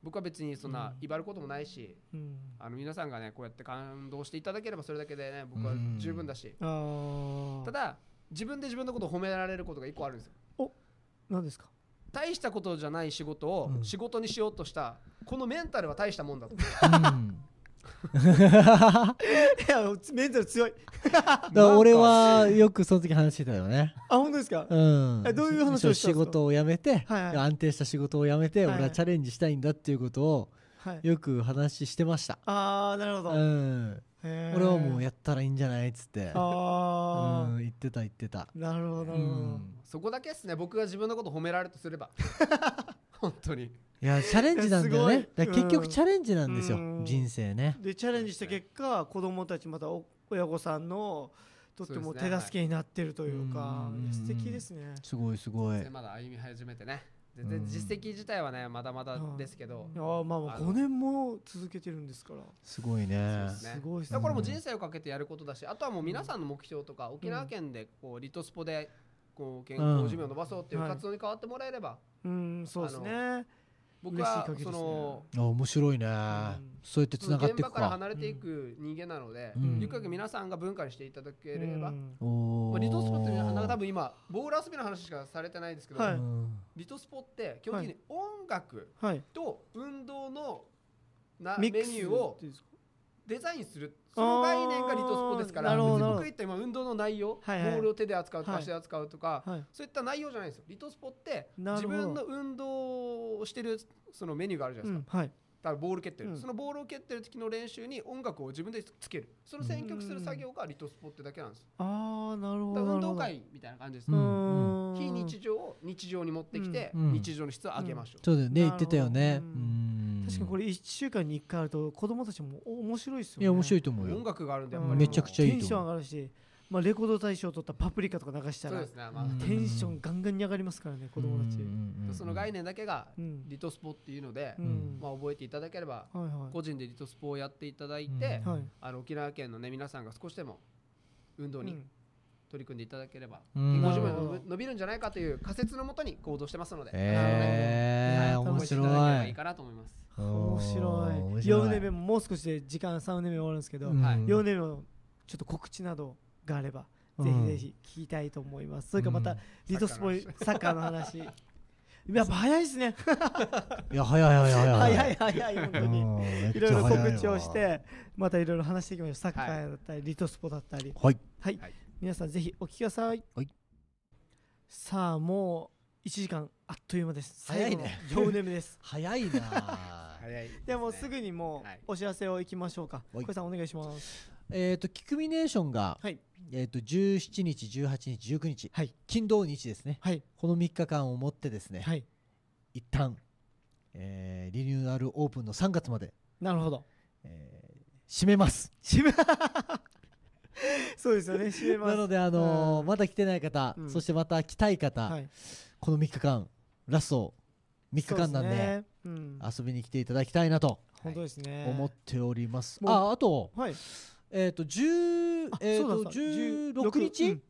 Speaker 3: 僕は別にそん
Speaker 1: う
Speaker 3: な
Speaker 1: ん
Speaker 3: 威張ることもないし、
Speaker 1: うん
Speaker 3: あの皆さんがねこうやって感動していただければそれだけでね僕は
Speaker 2: うん
Speaker 3: 十分だし、
Speaker 1: ああ
Speaker 3: ただ自分で自分のことを褒められることが一個あるんですよ
Speaker 1: 何ですか
Speaker 3: 大したことじゃない仕事を
Speaker 2: うん
Speaker 3: 仕事にしようとした、このメンタルは大したもんだ と
Speaker 2: うん
Speaker 1: いやメンタル強い
Speaker 2: だから俺はよくその時話してたよね。
Speaker 1: あ本当ですか
Speaker 2: うん
Speaker 1: え、どういう話をしたんですか
Speaker 2: 仕事を辞めて、
Speaker 1: はいはい
Speaker 2: 安定した仕事を辞めて、
Speaker 1: はいはい
Speaker 2: 俺はチャレンジしたいんだっていうことを
Speaker 1: はい
Speaker 2: よく話してました、
Speaker 1: ああなるほど
Speaker 2: う
Speaker 1: へ
Speaker 2: ん、
Speaker 1: え
Speaker 2: 俺はもうやったらいいんじゃないっつって、
Speaker 1: あ
Speaker 2: う
Speaker 1: あ
Speaker 2: ん、言ってた言ってた、
Speaker 1: なるほど
Speaker 2: う
Speaker 1: なるほど
Speaker 2: ん、
Speaker 3: そこだけですね僕が自分のことを褒められるとすれば本当に
Speaker 2: いやチャレンジなんだよ
Speaker 1: いや
Speaker 2: ね
Speaker 1: すごい
Speaker 2: だから結局チャレンジなんですよ、
Speaker 1: うん
Speaker 2: 人生ね
Speaker 1: でチャレンジした結果子供たちまたお親御さんのとっても
Speaker 3: そうで
Speaker 1: 手
Speaker 3: すね
Speaker 1: 助けになってるというか
Speaker 2: うん
Speaker 1: いや素敵ですね
Speaker 2: すごいすごい
Speaker 3: でまだ歩み始めてねで
Speaker 2: うん
Speaker 3: 実績自体はねまだまだですけど、
Speaker 1: あーまあまあ
Speaker 3: あの
Speaker 1: 5年も続けてるんですから
Speaker 2: すごいね
Speaker 3: そうですね
Speaker 1: すごいです
Speaker 3: だからこれも
Speaker 1: ね
Speaker 3: 人生をかけてやることだし、あとはもう皆さんの目標とか、沖縄県でこうリトスポでこう健
Speaker 2: うん
Speaker 3: 康寿命を伸ばそうっていう
Speaker 1: はい
Speaker 3: 活動に変わってもらえれば、
Speaker 1: うんそうですね
Speaker 3: 僕は
Speaker 1: 嬉しい限り
Speaker 3: そ
Speaker 1: ですね
Speaker 3: の、
Speaker 2: あ面白いね、
Speaker 1: ん
Speaker 2: そうやってつながってい
Speaker 3: 現
Speaker 2: く
Speaker 3: 場から
Speaker 2: か
Speaker 3: 離れていく人間なので、
Speaker 2: うん
Speaker 3: ゆくゆく皆さんが文化にしていただければ、
Speaker 1: うん
Speaker 2: お
Speaker 3: ま
Speaker 2: ー
Speaker 3: あ、リトスポってなんか多分今ボール遊びの話しかされてないですけど、
Speaker 1: はい
Speaker 2: うん
Speaker 3: リトスポって基本的に音楽
Speaker 1: はい
Speaker 3: と運動のなメ
Speaker 1: ミッ
Speaker 3: ニ
Speaker 1: クス
Speaker 3: ューを
Speaker 1: っていうんですか
Speaker 3: デザインするその概念がリトスポですか
Speaker 1: あー
Speaker 3: ら
Speaker 1: なるほど
Speaker 3: 僕言った今運動の内容、
Speaker 1: はいはい
Speaker 3: ボールを手で扱うとか
Speaker 1: はい
Speaker 3: 足で扱うとか、
Speaker 1: はい
Speaker 3: そういった内容じゃないんですよリトスポって
Speaker 1: なる
Speaker 3: 自
Speaker 1: ほど
Speaker 3: 分の運動をしてるそのメニューがあるじゃな
Speaker 1: う
Speaker 3: いです
Speaker 1: ん
Speaker 3: か、
Speaker 1: はい
Speaker 3: だからボール蹴ってる、
Speaker 1: うん
Speaker 3: そのボールを蹴ってる時の練習に音楽を自分でつけるその選曲する作業がリトスポってだけなんですよ
Speaker 1: ああなるほ
Speaker 3: だ
Speaker 1: ど
Speaker 3: から
Speaker 1: なるほ
Speaker 3: 運
Speaker 1: ど
Speaker 3: 動会みたいな感じです、
Speaker 2: うん
Speaker 1: うん
Speaker 3: 非日常を日常に持ってきて、
Speaker 2: うん
Speaker 3: 日常の質を上げましょう、
Speaker 2: そうだよね言ってたよ
Speaker 1: な
Speaker 2: ね、
Speaker 1: るほ
Speaker 2: う
Speaker 1: ど
Speaker 2: ん、
Speaker 1: 確かにこ
Speaker 2: れ
Speaker 1: れ1週間に1回あると子供たちもお面白いですよ
Speaker 2: い
Speaker 1: ね
Speaker 2: や面白いと思うよ
Speaker 3: 音楽があるんでやっぱ
Speaker 1: う
Speaker 3: り
Speaker 1: ん
Speaker 2: めちゃくちゃいいと思う
Speaker 1: テンション上がるしまあレコード大賞取ったパプリカとか流した
Speaker 3: そう
Speaker 1: ら
Speaker 3: ですね、まあ
Speaker 2: うん
Speaker 1: テンションガンガンに上がりますからね子供たち
Speaker 3: その概
Speaker 2: 念
Speaker 3: 念だけが
Speaker 1: うん
Speaker 3: リトスポっていうので、
Speaker 1: うん
Speaker 3: まあ、覚えていただければ
Speaker 1: はいはい
Speaker 3: 個人でリトスポをやっていただいて、
Speaker 2: うん
Speaker 1: はい
Speaker 3: あの沖縄県のね皆さんが少しでも運動
Speaker 1: う
Speaker 3: に
Speaker 1: ん
Speaker 3: 取り組んでいただければ、
Speaker 2: うん
Speaker 3: 50
Speaker 1: なる
Speaker 3: 秒
Speaker 1: ほど
Speaker 3: 伸び伸びるんじゃないかという仮説のもとに行動してますので、
Speaker 2: えー、
Speaker 1: なるほど
Speaker 2: 面
Speaker 3: 覚えていただ
Speaker 2: 白
Speaker 3: ければいい
Speaker 2: い
Speaker 3: かなと思います。
Speaker 1: 面白い
Speaker 2: 面白
Speaker 1: 4年目ももう少しで時間3年目終わるんですけど、
Speaker 2: うん
Speaker 3: はい
Speaker 1: 4年目のちょっと告知などがあれば、ぜひぜひ聞きたいと思いますそれからまた、
Speaker 2: うん
Speaker 1: リトスポイサッカーの話やっぱ早いです ね
Speaker 2: いや早い早い早い
Speaker 1: 早い早い本当に
Speaker 2: うん
Speaker 1: いろいろ
Speaker 2: めっちゃ早いわ
Speaker 1: 告知をしてまたいろいろ話していきましょうサッカーだったり、リトスポだったり
Speaker 2: はい
Speaker 1: はい、
Speaker 3: はい
Speaker 1: 皆さんぜひお聞きください、
Speaker 2: はい
Speaker 1: さあもう1時間あっという間です
Speaker 2: 早いね
Speaker 1: 最後の4年目です
Speaker 2: 早いな
Speaker 3: 早いすね
Speaker 1: ではもうすぐにも
Speaker 3: はいう
Speaker 1: お知らせをいきましょうか、
Speaker 2: はい
Speaker 1: 小井さんお願いします
Speaker 2: えっとキクミネーションが、
Speaker 1: はい
Speaker 2: えっと17日18日19日
Speaker 1: はい
Speaker 2: 金土日ですね
Speaker 1: はい
Speaker 2: この3日間をもってですね、
Speaker 1: はい
Speaker 2: 一旦、えーリニューアルオープンの3月まで、
Speaker 1: なるほど
Speaker 2: えー締めます
Speaker 1: 締め そうですよね締めます
Speaker 2: なので、あのー
Speaker 1: うん
Speaker 2: まだ来てない方、
Speaker 1: うん
Speaker 2: そしてまた来たい方、
Speaker 1: はい、
Speaker 2: この3日間ラスト3日間なんで
Speaker 1: そうすねうん、
Speaker 2: 遊びに来ていただきたいなと
Speaker 1: 本当ですね、
Speaker 2: 思っております、
Speaker 1: もう
Speaker 2: ああと
Speaker 1: はい
Speaker 2: えっ、と10
Speaker 1: あ
Speaker 2: えっ、
Speaker 1: そう
Speaker 2: と
Speaker 1: だそうだ
Speaker 2: 16日、
Speaker 1: 16うん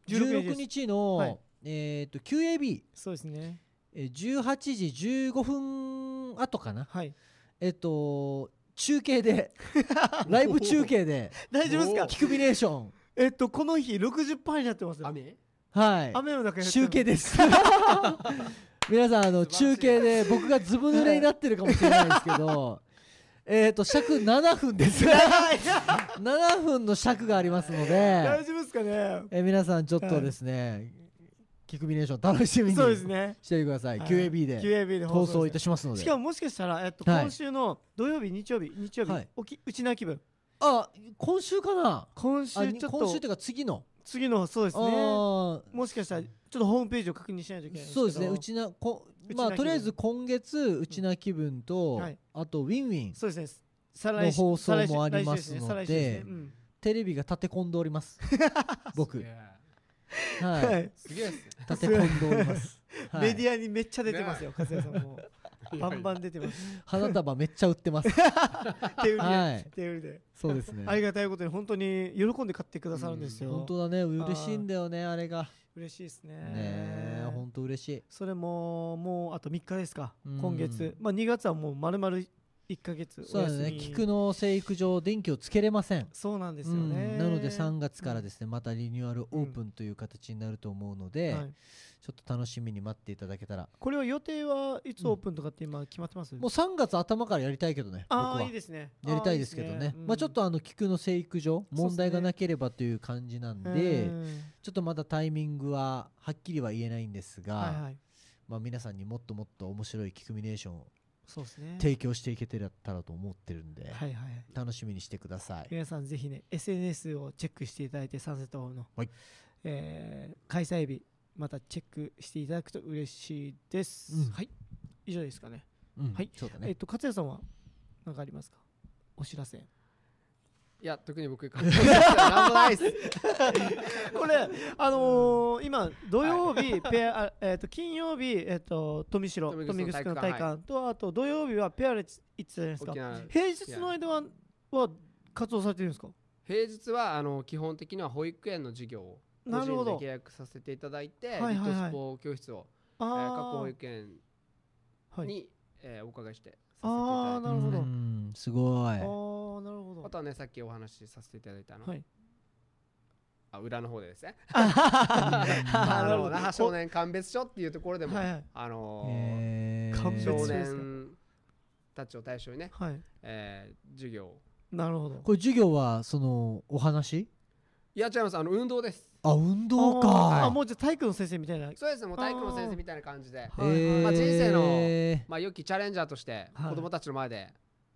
Speaker 1: 16
Speaker 2: 16日の、
Speaker 1: はい
Speaker 2: えっ、と QAB
Speaker 1: そうですね
Speaker 2: えー18時15分後かな
Speaker 1: はい
Speaker 2: えっ、と中継でライブ中継で
Speaker 1: 大丈夫ですか
Speaker 3: おー
Speaker 2: キクミネーション
Speaker 1: えっとこの日60%になってますよ
Speaker 3: 雨
Speaker 2: はい
Speaker 1: 雨の中やってる
Speaker 2: 集計です皆さんあの
Speaker 3: 素晴らし
Speaker 2: 中
Speaker 3: い
Speaker 2: 継で僕がずぶ濡れになってるかもしれないですけど えっと尺7分で す7分の尺がありますの
Speaker 1: 大
Speaker 2: で
Speaker 1: 丈夫ですかね
Speaker 2: えー皆さんちょっとですねキクミネーション楽しみに
Speaker 1: そうですね
Speaker 2: してください
Speaker 1: はい
Speaker 2: QAB で
Speaker 1: QAB で
Speaker 2: 放送い
Speaker 1: した
Speaker 2: しますの
Speaker 1: し
Speaker 2: で
Speaker 1: かももしかしたら、えっと、
Speaker 2: はい
Speaker 1: 今週の土曜日日曜日日曜日、
Speaker 2: はい
Speaker 1: おきうちな気分
Speaker 2: あ今週かな
Speaker 1: 今
Speaker 2: あ
Speaker 1: 週
Speaker 2: に
Speaker 1: ちょっ
Speaker 2: 今週と
Speaker 1: と
Speaker 2: いうか次の
Speaker 1: 次のそうです
Speaker 2: あ
Speaker 1: ね
Speaker 2: ー
Speaker 1: もしかしたらちょっとホームページを確認しないといけないん
Speaker 2: そうですね
Speaker 1: けど
Speaker 2: うちなこ
Speaker 1: うちな気分
Speaker 2: まあとりあえず今月うちな気分と、
Speaker 1: はい
Speaker 2: あとウィンウィン
Speaker 1: そうですね再来週
Speaker 2: の放送
Speaker 1: 再来週
Speaker 2: もあります
Speaker 1: 来週
Speaker 2: ので
Speaker 1: すね再来週すねうん
Speaker 2: テレビが立て込んでおります 僕
Speaker 3: すげえ
Speaker 2: はい、
Speaker 1: はい
Speaker 3: すげえっすね
Speaker 2: 立て込んでおります、は
Speaker 1: メデ
Speaker 2: い、
Speaker 1: ィアにめっちゃ出てますよ、和也さんも。バンバン出て ます。
Speaker 2: 花束めっちゃ売っ てます
Speaker 1: 手売りで、
Speaker 2: はい
Speaker 1: 手売りで。
Speaker 2: そうですね
Speaker 1: ありがたいことに本当に喜んで買ってくださるんですよ。
Speaker 2: 本当だね嬉しいんだよねあれが
Speaker 1: 嬉しいですね。
Speaker 2: ねえ本当嬉しい
Speaker 1: それももうあと3日ですか、
Speaker 2: うん
Speaker 1: 今月。まあ2月はもう丸々1ヶ月
Speaker 2: そうだね
Speaker 1: お休み
Speaker 2: 菊の生育上電気をつけれません
Speaker 1: そうなんです
Speaker 2: う
Speaker 1: よ
Speaker 2: ん
Speaker 1: ね。
Speaker 2: なので3月からですね、またリニューアルオープンという形になると思うので、
Speaker 1: はい
Speaker 2: ちょっと楽しみに待っていただけたら
Speaker 1: これは予定はいつオープンとかって今決まってます、
Speaker 2: もう3月頭からやりたいけどね僕
Speaker 1: あ
Speaker 2: は
Speaker 1: あ、いいですね。
Speaker 2: やりたいですけどね
Speaker 1: あーいいです
Speaker 2: まあ、ちょっとあの菊の生育
Speaker 1: そう
Speaker 2: 上
Speaker 1: っすね
Speaker 2: 問題がなければという感じなんで、
Speaker 1: うんうん
Speaker 2: ちょっとまだタイミングははっきりは言えないんですが、
Speaker 1: はいはい。
Speaker 2: まあ、皆さんにもっともっと面白いキクミネーションを
Speaker 1: そうですね。
Speaker 2: 提供していけてたらと思ってるんで、
Speaker 1: はいはい。
Speaker 2: 楽しみにしてください。
Speaker 1: 皆さんぜひね SNS をチェックしていただいてサンセットホールの、
Speaker 2: はい
Speaker 1: えー開催日またチェックしていただくと嬉しいです、
Speaker 2: うん
Speaker 1: はい以上ですかね
Speaker 2: うん
Speaker 1: はい
Speaker 2: そうだ
Speaker 1: えっ
Speaker 2: ね
Speaker 1: と勝也さんは何かありますかお知らせ
Speaker 3: いや特に僕買っ てきたらなんもないっす
Speaker 1: これあのー今土曜日ペア、あえっと金曜日えっと富城
Speaker 3: 富城
Speaker 1: 富城区の体育
Speaker 3: は
Speaker 1: 館とあと土曜日はペアレッツ行ってたじゃないですか
Speaker 3: 沖縄
Speaker 1: 平日の間はは活動されてるんですか
Speaker 3: 平日はあの基本的には保育園の授業を個
Speaker 1: なるほ
Speaker 3: 人で
Speaker 1: ど
Speaker 3: 契約させていただいて、
Speaker 1: はいはいはい
Speaker 3: リトスポ教室を、
Speaker 1: あ
Speaker 3: えー
Speaker 1: ー
Speaker 3: 各保育園
Speaker 1: はい
Speaker 3: に、えーお伺いしてさせていただ
Speaker 1: あ
Speaker 3: い
Speaker 1: ー
Speaker 3: て
Speaker 1: なるほど
Speaker 2: うんすご
Speaker 1: あ
Speaker 2: い
Speaker 1: ーなるほど
Speaker 3: あとはねさっきお話しさせていただいたあの、
Speaker 1: はい
Speaker 3: あ裏の方でです ね
Speaker 1: あ
Speaker 3: あ
Speaker 1: なるほ
Speaker 3: の
Speaker 1: ど
Speaker 3: 那覇少年鑑別所っていうところでも、
Speaker 1: はいはい
Speaker 3: あの ー
Speaker 2: え
Speaker 1: 鑑別
Speaker 3: 少
Speaker 1: 所ですか
Speaker 3: 年たちを対象にね、
Speaker 1: はい
Speaker 3: えー授業を
Speaker 1: なるほど
Speaker 2: これ授業はそのお話
Speaker 3: いや違いますあの運動です
Speaker 2: あ運動か
Speaker 1: あーあもうじゃあ体育の先生みたいなはい
Speaker 3: そうですねもう体育の先生みたいな感じで
Speaker 1: うはい
Speaker 3: まあ人生の
Speaker 2: えー
Speaker 3: まあ良きチャレンジャーとして
Speaker 1: はい
Speaker 3: 子供たちの前で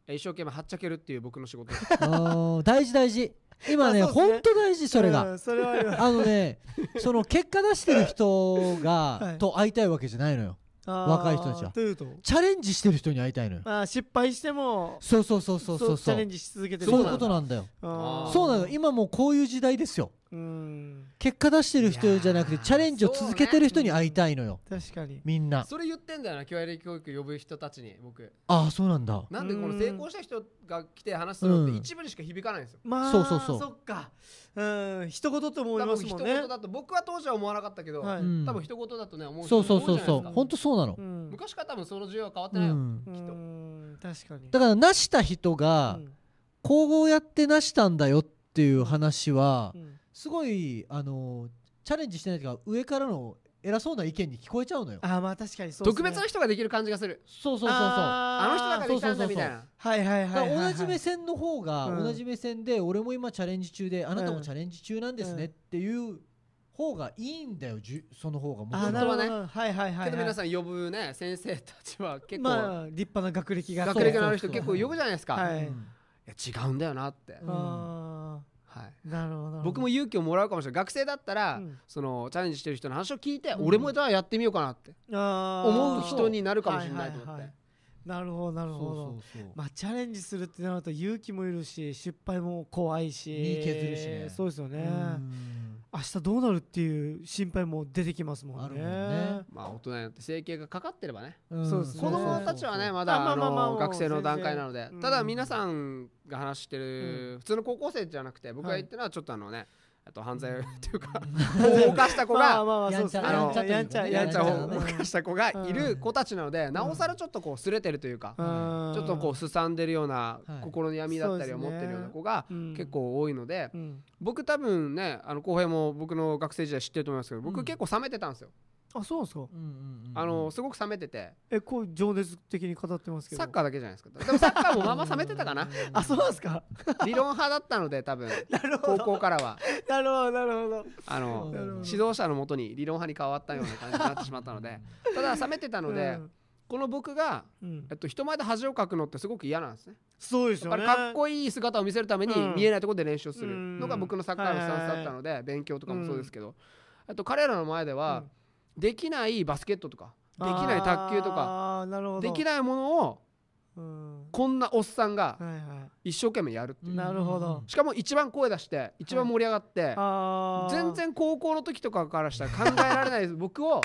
Speaker 3: えー一生懸命はっちゃけるっていう僕の仕 事です
Speaker 2: あー大事大事今ね
Speaker 1: まあそうですね
Speaker 2: 本当大事それが、
Speaker 1: うんそれはあ ります
Speaker 2: あのねその結果出してる人が、
Speaker 1: はい
Speaker 2: と会いたいわけじゃないのよ
Speaker 1: あー
Speaker 2: 若い人たちは
Speaker 1: というと
Speaker 2: チャレンジしてる人に会いたいのよ
Speaker 1: まあ失敗しても
Speaker 2: そうそうそうそうそう
Speaker 1: チ
Speaker 2: そ
Speaker 1: ャレ
Speaker 2: う
Speaker 1: ンジし続けてる
Speaker 2: そういうこと
Speaker 1: な
Speaker 2: なんだよ
Speaker 3: あー
Speaker 2: そうなの今もうこういう時代ですよ
Speaker 1: うん
Speaker 2: 結果出してる人じゃなく
Speaker 3: い
Speaker 2: て
Speaker 3: やー
Speaker 2: チャレンジを続けてる人に会いたいのよ、
Speaker 1: 確かに
Speaker 2: みんな
Speaker 3: それ言ってんだよな教育教育呼ぶ人たちに僕
Speaker 2: ああそうなんだ
Speaker 3: なんでこの成功した人が来て話するのっ
Speaker 2: うん
Speaker 3: て一部にしか響かないんですよ、
Speaker 1: まあ
Speaker 2: そうそうそう
Speaker 1: そっかうん一言とも思い
Speaker 3: 多
Speaker 1: ます
Speaker 3: 分
Speaker 1: も
Speaker 3: 一
Speaker 1: んね
Speaker 3: 言だと僕は当時は思わなかったけど、
Speaker 1: はい
Speaker 2: うん
Speaker 3: 多分一言だとね思う
Speaker 2: そ
Speaker 3: 人
Speaker 2: うそうそうそ
Speaker 3: 多いじ
Speaker 2: う
Speaker 3: ゃないですか
Speaker 2: 本当そうなの、
Speaker 1: うん
Speaker 3: 昔から多分その需要は変わって
Speaker 2: う
Speaker 3: ないよ、
Speaker 2: ん、
Speaker 1: う
Speaker 3: きっと
Speaker 1: ん確かに
Speaker 2: だから成した人が
Speaker 1: うん
Speaker 2: こうやって成したんだよっていう話は
Speaker 1: うん
Speaker 2: すごいあのチャレンジしてないというか上からの偉そうな意見に聞こえちゃうのよ
Speaker 1: あーまあ確かにそうっすね
Speaker 3: 特別な人ができる感じがする
Speaker 2: そうそうそうそうだか
Speaker 3: あの人だ
Speaker 1: あ
Speaker 3: から
Speaker 1: ー
Speaker 3: できたんだみたいな
Speaker 1: はいはいはいはいは
Speaker 2: ら
Speaker 1: い
Speaker 2: 同じ目線の方が
Speaker 1: うん
Speaker 2: 同じ目線で俺も今チャレンジ中であなた
Speaker 1: う
Speaker 2: も
Speaker 1: ん
Speaker 2: チャレンジ中なんです
Speaker 1: うん
Speaker 2: ねっていう方がいいんだよじゅその方がも
Speaker 1: あー
Speaker 2: ち
Speaker 1: なるほ
Speaker 2: ろん
Speaker 1: ど
Speaker 3: 元々
Speaker 1: はいはいはい
Speaker 3: けど
Speaker 1: はい
Speaker 3: 皆さん呼ぶね先生たちは結構、
Speaker 1: まあ立派な学歴が
Speaker 3: 学歴のある人
Speaker 2: そうそう
Speaker 3: 結
Speaker 2: そう
Speaker 3: 構呼ぶじゃないですか、、
Speaker 1: はいん
Speaker 2: うん
Speaker 3: や違うんだよなって、
Speaker 2: うん
Speaker 1: あ
Speaker 3: はい、
Speaker 1: ーなるほどなるほど
Speaker 3: 僕も勇気をもらうかもしれない学生だったら、
Speaker 1: うん
Speaker 3: そのチャレンジしてる人の話を聞いて、
Speaker 1: うん
Speaker 3: 俺もじゃあやってみようかなって
Speaker 1: あー
Speaker 3: 思う人になるかもしれないと思って、
Speaker 1: はははなるほどなるほど
Speaker 2: そうそうそう
Speaker 1: まあチャレンジするってなると勇気もいるし失敗も怖いし
Speaker 2: 身削るしね
Speaker 1: そうですよね
Speaker 2: うん
Speaker 1: 明日どうなるっていう心配も出てきますもんね
Speaker 2: あるもんね
Speaker 3: まあ大人になって整形がかかってればね
Speaker 2: ん
Speaker 1: そうですね
Speaker 3: 子供たちはねま
Speaker 1: あま
Speaker 3: だ
Speaker 1: あ
Speaker 3: あ
Speaker 1: まあまあ
Speaker 3: の学生の段階なので
Speaker 1: 全然
Speaker 3: ただ
Speaker 1: うん
Speaker 3: 皆さんが話してる普通の高校生じゃなくて僕が言ってるのはちょっとあのねあと犯罪っていうかを犯した 子
Speaker 1: まあ
Speaker 3: が
Speaker 1: まあまあそうですね
Speaker 3: やんちゃ
Speaker 1: やんちゃ
Speaker 2: や
Speaker 3: や
Speaker 2: ん
Speaker 3: ん
Speaker 2: ち
Speaker 3: ち
Speaker 2: ゃ
Speaker 3: ゃ
Speaker 2: だ
Speaker 3: を
Speaker 2: ね
Speaker 3: 犯した子がいる子たちなので
Speaker 1: ん
Speaker 3: なおさらちょっとこうすれてるというか
Speaker 1: ち
Speaker 3: ちょっとこうすさんでるような
Speaker 2: はい
Speaker 3: 心の闇だったりを
Speaker 1: そうです
Speaker 3: 持
Speaker 1: ね
Speaker 3: ってるような子が
Speaker 1: うん
Speaker 3: 結構多いので
Speaker 1: うん
Speaker 3: 僕多分ねあの後輩も僕の学生時代知ってると思いますけど
Speaker 2: うん
Speaker 3: 僕結構冷めてたんですよ
Speaker 1: あそうなんですか
Speaker 2: うんうんうん
Speaker 3: あのすごく冷めてて
Speaker 1: えこう情熱的に語ってますけど
Speaker 3: サッカーだけじゃないですかでもサッカーもまあまあ冷めてたかな
Speaker 1: あそうなんですか
Speaker 3: 理論派だったので多分
Speaker 1: なるほ
Speaker 3: 高
Speaker 1: ど
Speaker 3: 校からは
Speaker 1: なるほどなるほど
Speaker 3: あの
Speaker 1: なるほど
Speaker 3: 指導者のもとに理論派に変わったような感じになってしまったのでただ冷めてたので、この僕が、
Speaker 1: うんうん
Speaker 3: えっと、人前で恥をかくのってすごく嫌なんですね
Speaker 1: そうです
Speaker 3: やっ
Speaker 1: よ
Speaker 3: ぱ
Speaker 1: ね
Speaker 3: りかっこいい姿を見せるために
Speaker 1: うん
Speaker 3: 見えないところで練習する
Speaker 1: うん
Speaker 3: のが僕のサッカーのスタンスだったので勉強とかもそうですけどあと彼らの前ではできないバスケットとかできない卓球とか
Speaker 1: かなるほど
Speaker 3: でき
Speaker 1: い、
Speaker 3: ないものを
Speaker 1: うん
Speaker 3: こんなおっさんが
Speaker 1: はいはい、
Speaker 3: 一生懸命やるっていう
Speaker 2: うん
Speaker 1: なるほど
Speaker 3: しかも一番声出して一番盛り上がって
Speaker 1: あー
Speaker 3: 全然高校の時とかからしたら考えられない です僕を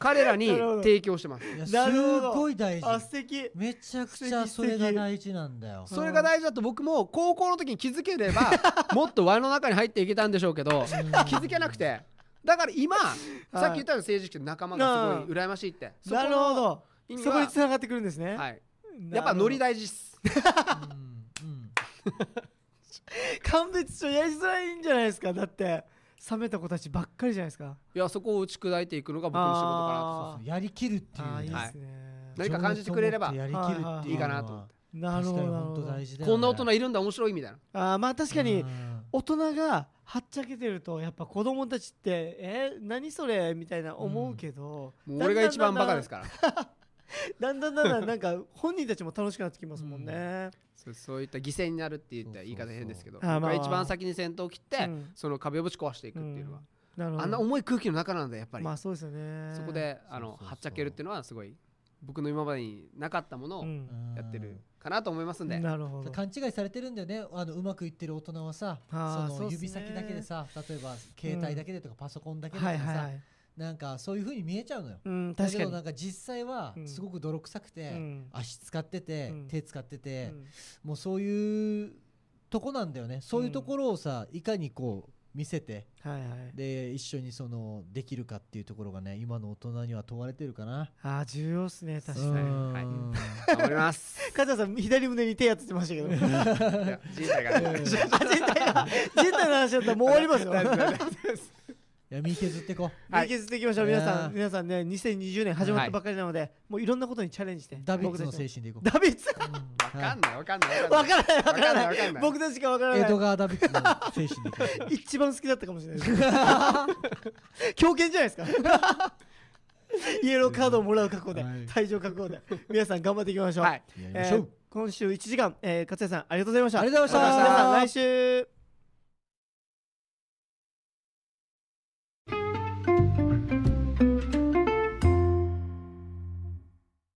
Speaker 3: 彼らに
Speaker 1: なるほど
Speaker 3: 提供してます
Speaker 2: いやす
Speaker 1: なるほど
Speaker 2: ごい大
Speaker 1: あ
Speaker 2: 事
Speaker 1: 素敵
Speaker 2: めちゃくちゃそれが大事なんだよ
Speaker 1: 素
Speaker 3: それが大事だと僕も高校の時に気づけれ ばもっと輪の中に入っていけたんでしょうけど気づけなくてだから今さっき言ったように政治家の仲間がすごい羨ましいってそこの
Speaker 1: なるほど
Speaker 3: 意味
Speaker 1: そ
Speaker 3: は
Speaker 1: こに繋がってくるんですね、
Speaker 3: はい
Speaker 1: い
Speaker 3: やっぱノリ大事っす
Speaker 2: うんうん
Speaker 1: 鑑別所やりづらいんじゃないですかだって冷めた子たちばっかりじゃないですか
Speaker 3: いやそこを打ち砕いていくのが僕の仕事か
Speaker 1: あー
Speaker 2: そうそうやりきるって
Speaker 1: あーいいう
Speaker 2: い
Speaker 1: で
Speaker 2: ね
Speaker 1: すね、
Speaker 3: 何か感じてくれれば
Speaker 2: 情熱を持ってやりきるっていうのはい
Speaker 3: いかなと思って
Speaker 1: なる
Speaker 2: 確
Speaker 1: ほ
Speaker 2: か
Speaker 1: ど
Speaker 2: に
Speaker 1: なる
Speaker 2: 本
Speaker 1: ほ
Speaker 2: 当
Speaker 1: ど
Speaker 2: 大事だよね
Speaker 3: なとこんな大人いるんだ面白いみたいな
Speaker 1: あーまあ確かに
Speaker 2: うん
Speaker 1: 大人がはっちゃけてるとやっぱ子供たちってえー何それみたいな思うけど、
Speaker 3: もう俺が一番バカです
Speaker 1: か
Speaker 3: から
Speaker 1: だんだんだんだ んなんか本人たちも楽しくなってきますもんね。
Speaker 3: そうそういった犠牲になるって言ったら言い
Speaker 2: そうそうそう
Speaker 3: 方変ですけど
Speaker 1: あまあまあ
Speaker 3: 僕が一番先に先頭を切って、
Speaker 1: うん
Speaker 3: その壁をぶち壊していくっていうのは、
Speaker 1: なるほど。
Speaker 3: あんな重い空気の中なのでやっぱり、
Speaker 1: まあそうですよね。
Speaker 3: そこであ
Speaker 2: そう
Speaker 3: の
Speaker 2: そうそう
Speaker 3: はっちゃけるっていうのはすごい僕の今までになかったものを
Speaker 1: うん
Speaker 2: うん
Speaker 3: やってるかなと思いますんで、
Speaker 1: なるほど。
Speaker 2: 勘違いされてるんだよねあのうまくいってる大人はさ
Speaker 1: あー
Speaker 2: そ
Speaker 1: そう
Speaker 2: の
Speaker 1: っすね
Speaker 2: 指先だけでさ例えば携帯だけでとかパソコンだけでと
Speaker 1: はい
Speaker 2: か
Speaker 1: はいは
Speaker 2: さ
Speaker 1: い。
Speaker 2: なんかそういう風に見えちゃうのよ
Speaker 1: うん
Speaker 2: だ
Speaker 1: 確か
Speaker 2: けど
Speaker 1: に。
Speaker 2: なんか実際は
Speaker 1: うん
Speaker 2: すごく泥臭く
Speaker 1: う
Speaker 2: て
Speaker 1: ん
Speaker 2: 足使ってて
Speaker 1: うん
Speaker 2: 手使って
Speaker 1: う
Speaker 2: て
Speaker 1: ん
Speaker 2: もうそういうとこなんだよねそういうところをさいかにこう見せて
Speaker 1: はいはい。
Speaker 2: で一緒にそのできるかっていうところがね今の大人には問われてるかな
Speaker 1: ああ重要ですね確か
Speaker 3: に
Speaker 1: に。
Speaker 2: うん
Speaker 3: はい頑張りま す
Speaker 1: 加藤さん左胸に手当ててましたけど。あ
Speaker 3: いや人体がね
Speaker 1: 人体が人体の話だったらもう終わり ますよ。
Speaker 3: 大丈夫大丈夫です
Speaker 2: いや身削ってこ
Speaker 3: は
Speaker 1: 解
Speaker 3: い
Speaker 1: 決できましょう皆さ
Speaker 2: ね
Speaker 1: ん皆さんね2020年始まったばかりなのでもういろんなことにチャレンジして
Speaker 2: うダビッ
Speaker 1: 僕
Speaker 2: ツ
Speaker 1: た
Speaker 2: の
Speaker 1: ちも
Speaker 2: 精神でいこう
Speaker 1: ダビッツ
Speaker 2: う
Speaker 3: わかん
Speaker 2: ん
Speaker 3: ないわかんない
Speaker 1: わからないわ
Speaker 3: わ
Speaker 1: からない
Speaker 3: わかんない
Speaker 1: 僕たちしかわから
Speaker 2: はい江
Speaker 1: な
Speaker 2: 戸
Speaker 1: い
Speaker 2: 川ダビッツの精神でいこう
Speaker 1: 一番好きだったかもしれないです狂犬じゃないですかイエローカードをもらう覚悟で
Speaker 2: はい
Speaker 1: 退場覚悟で皆さん頑張っていきましょう
Speaker 3: はい
Speaker 2: やりま
Speaker 1: え
Speaker 2: しょう
Speaker 1: ー今週1時間えー勝谷さんありがとうございました
Speaker 2: ありがとうございました
Speaker 1: 皆さん来週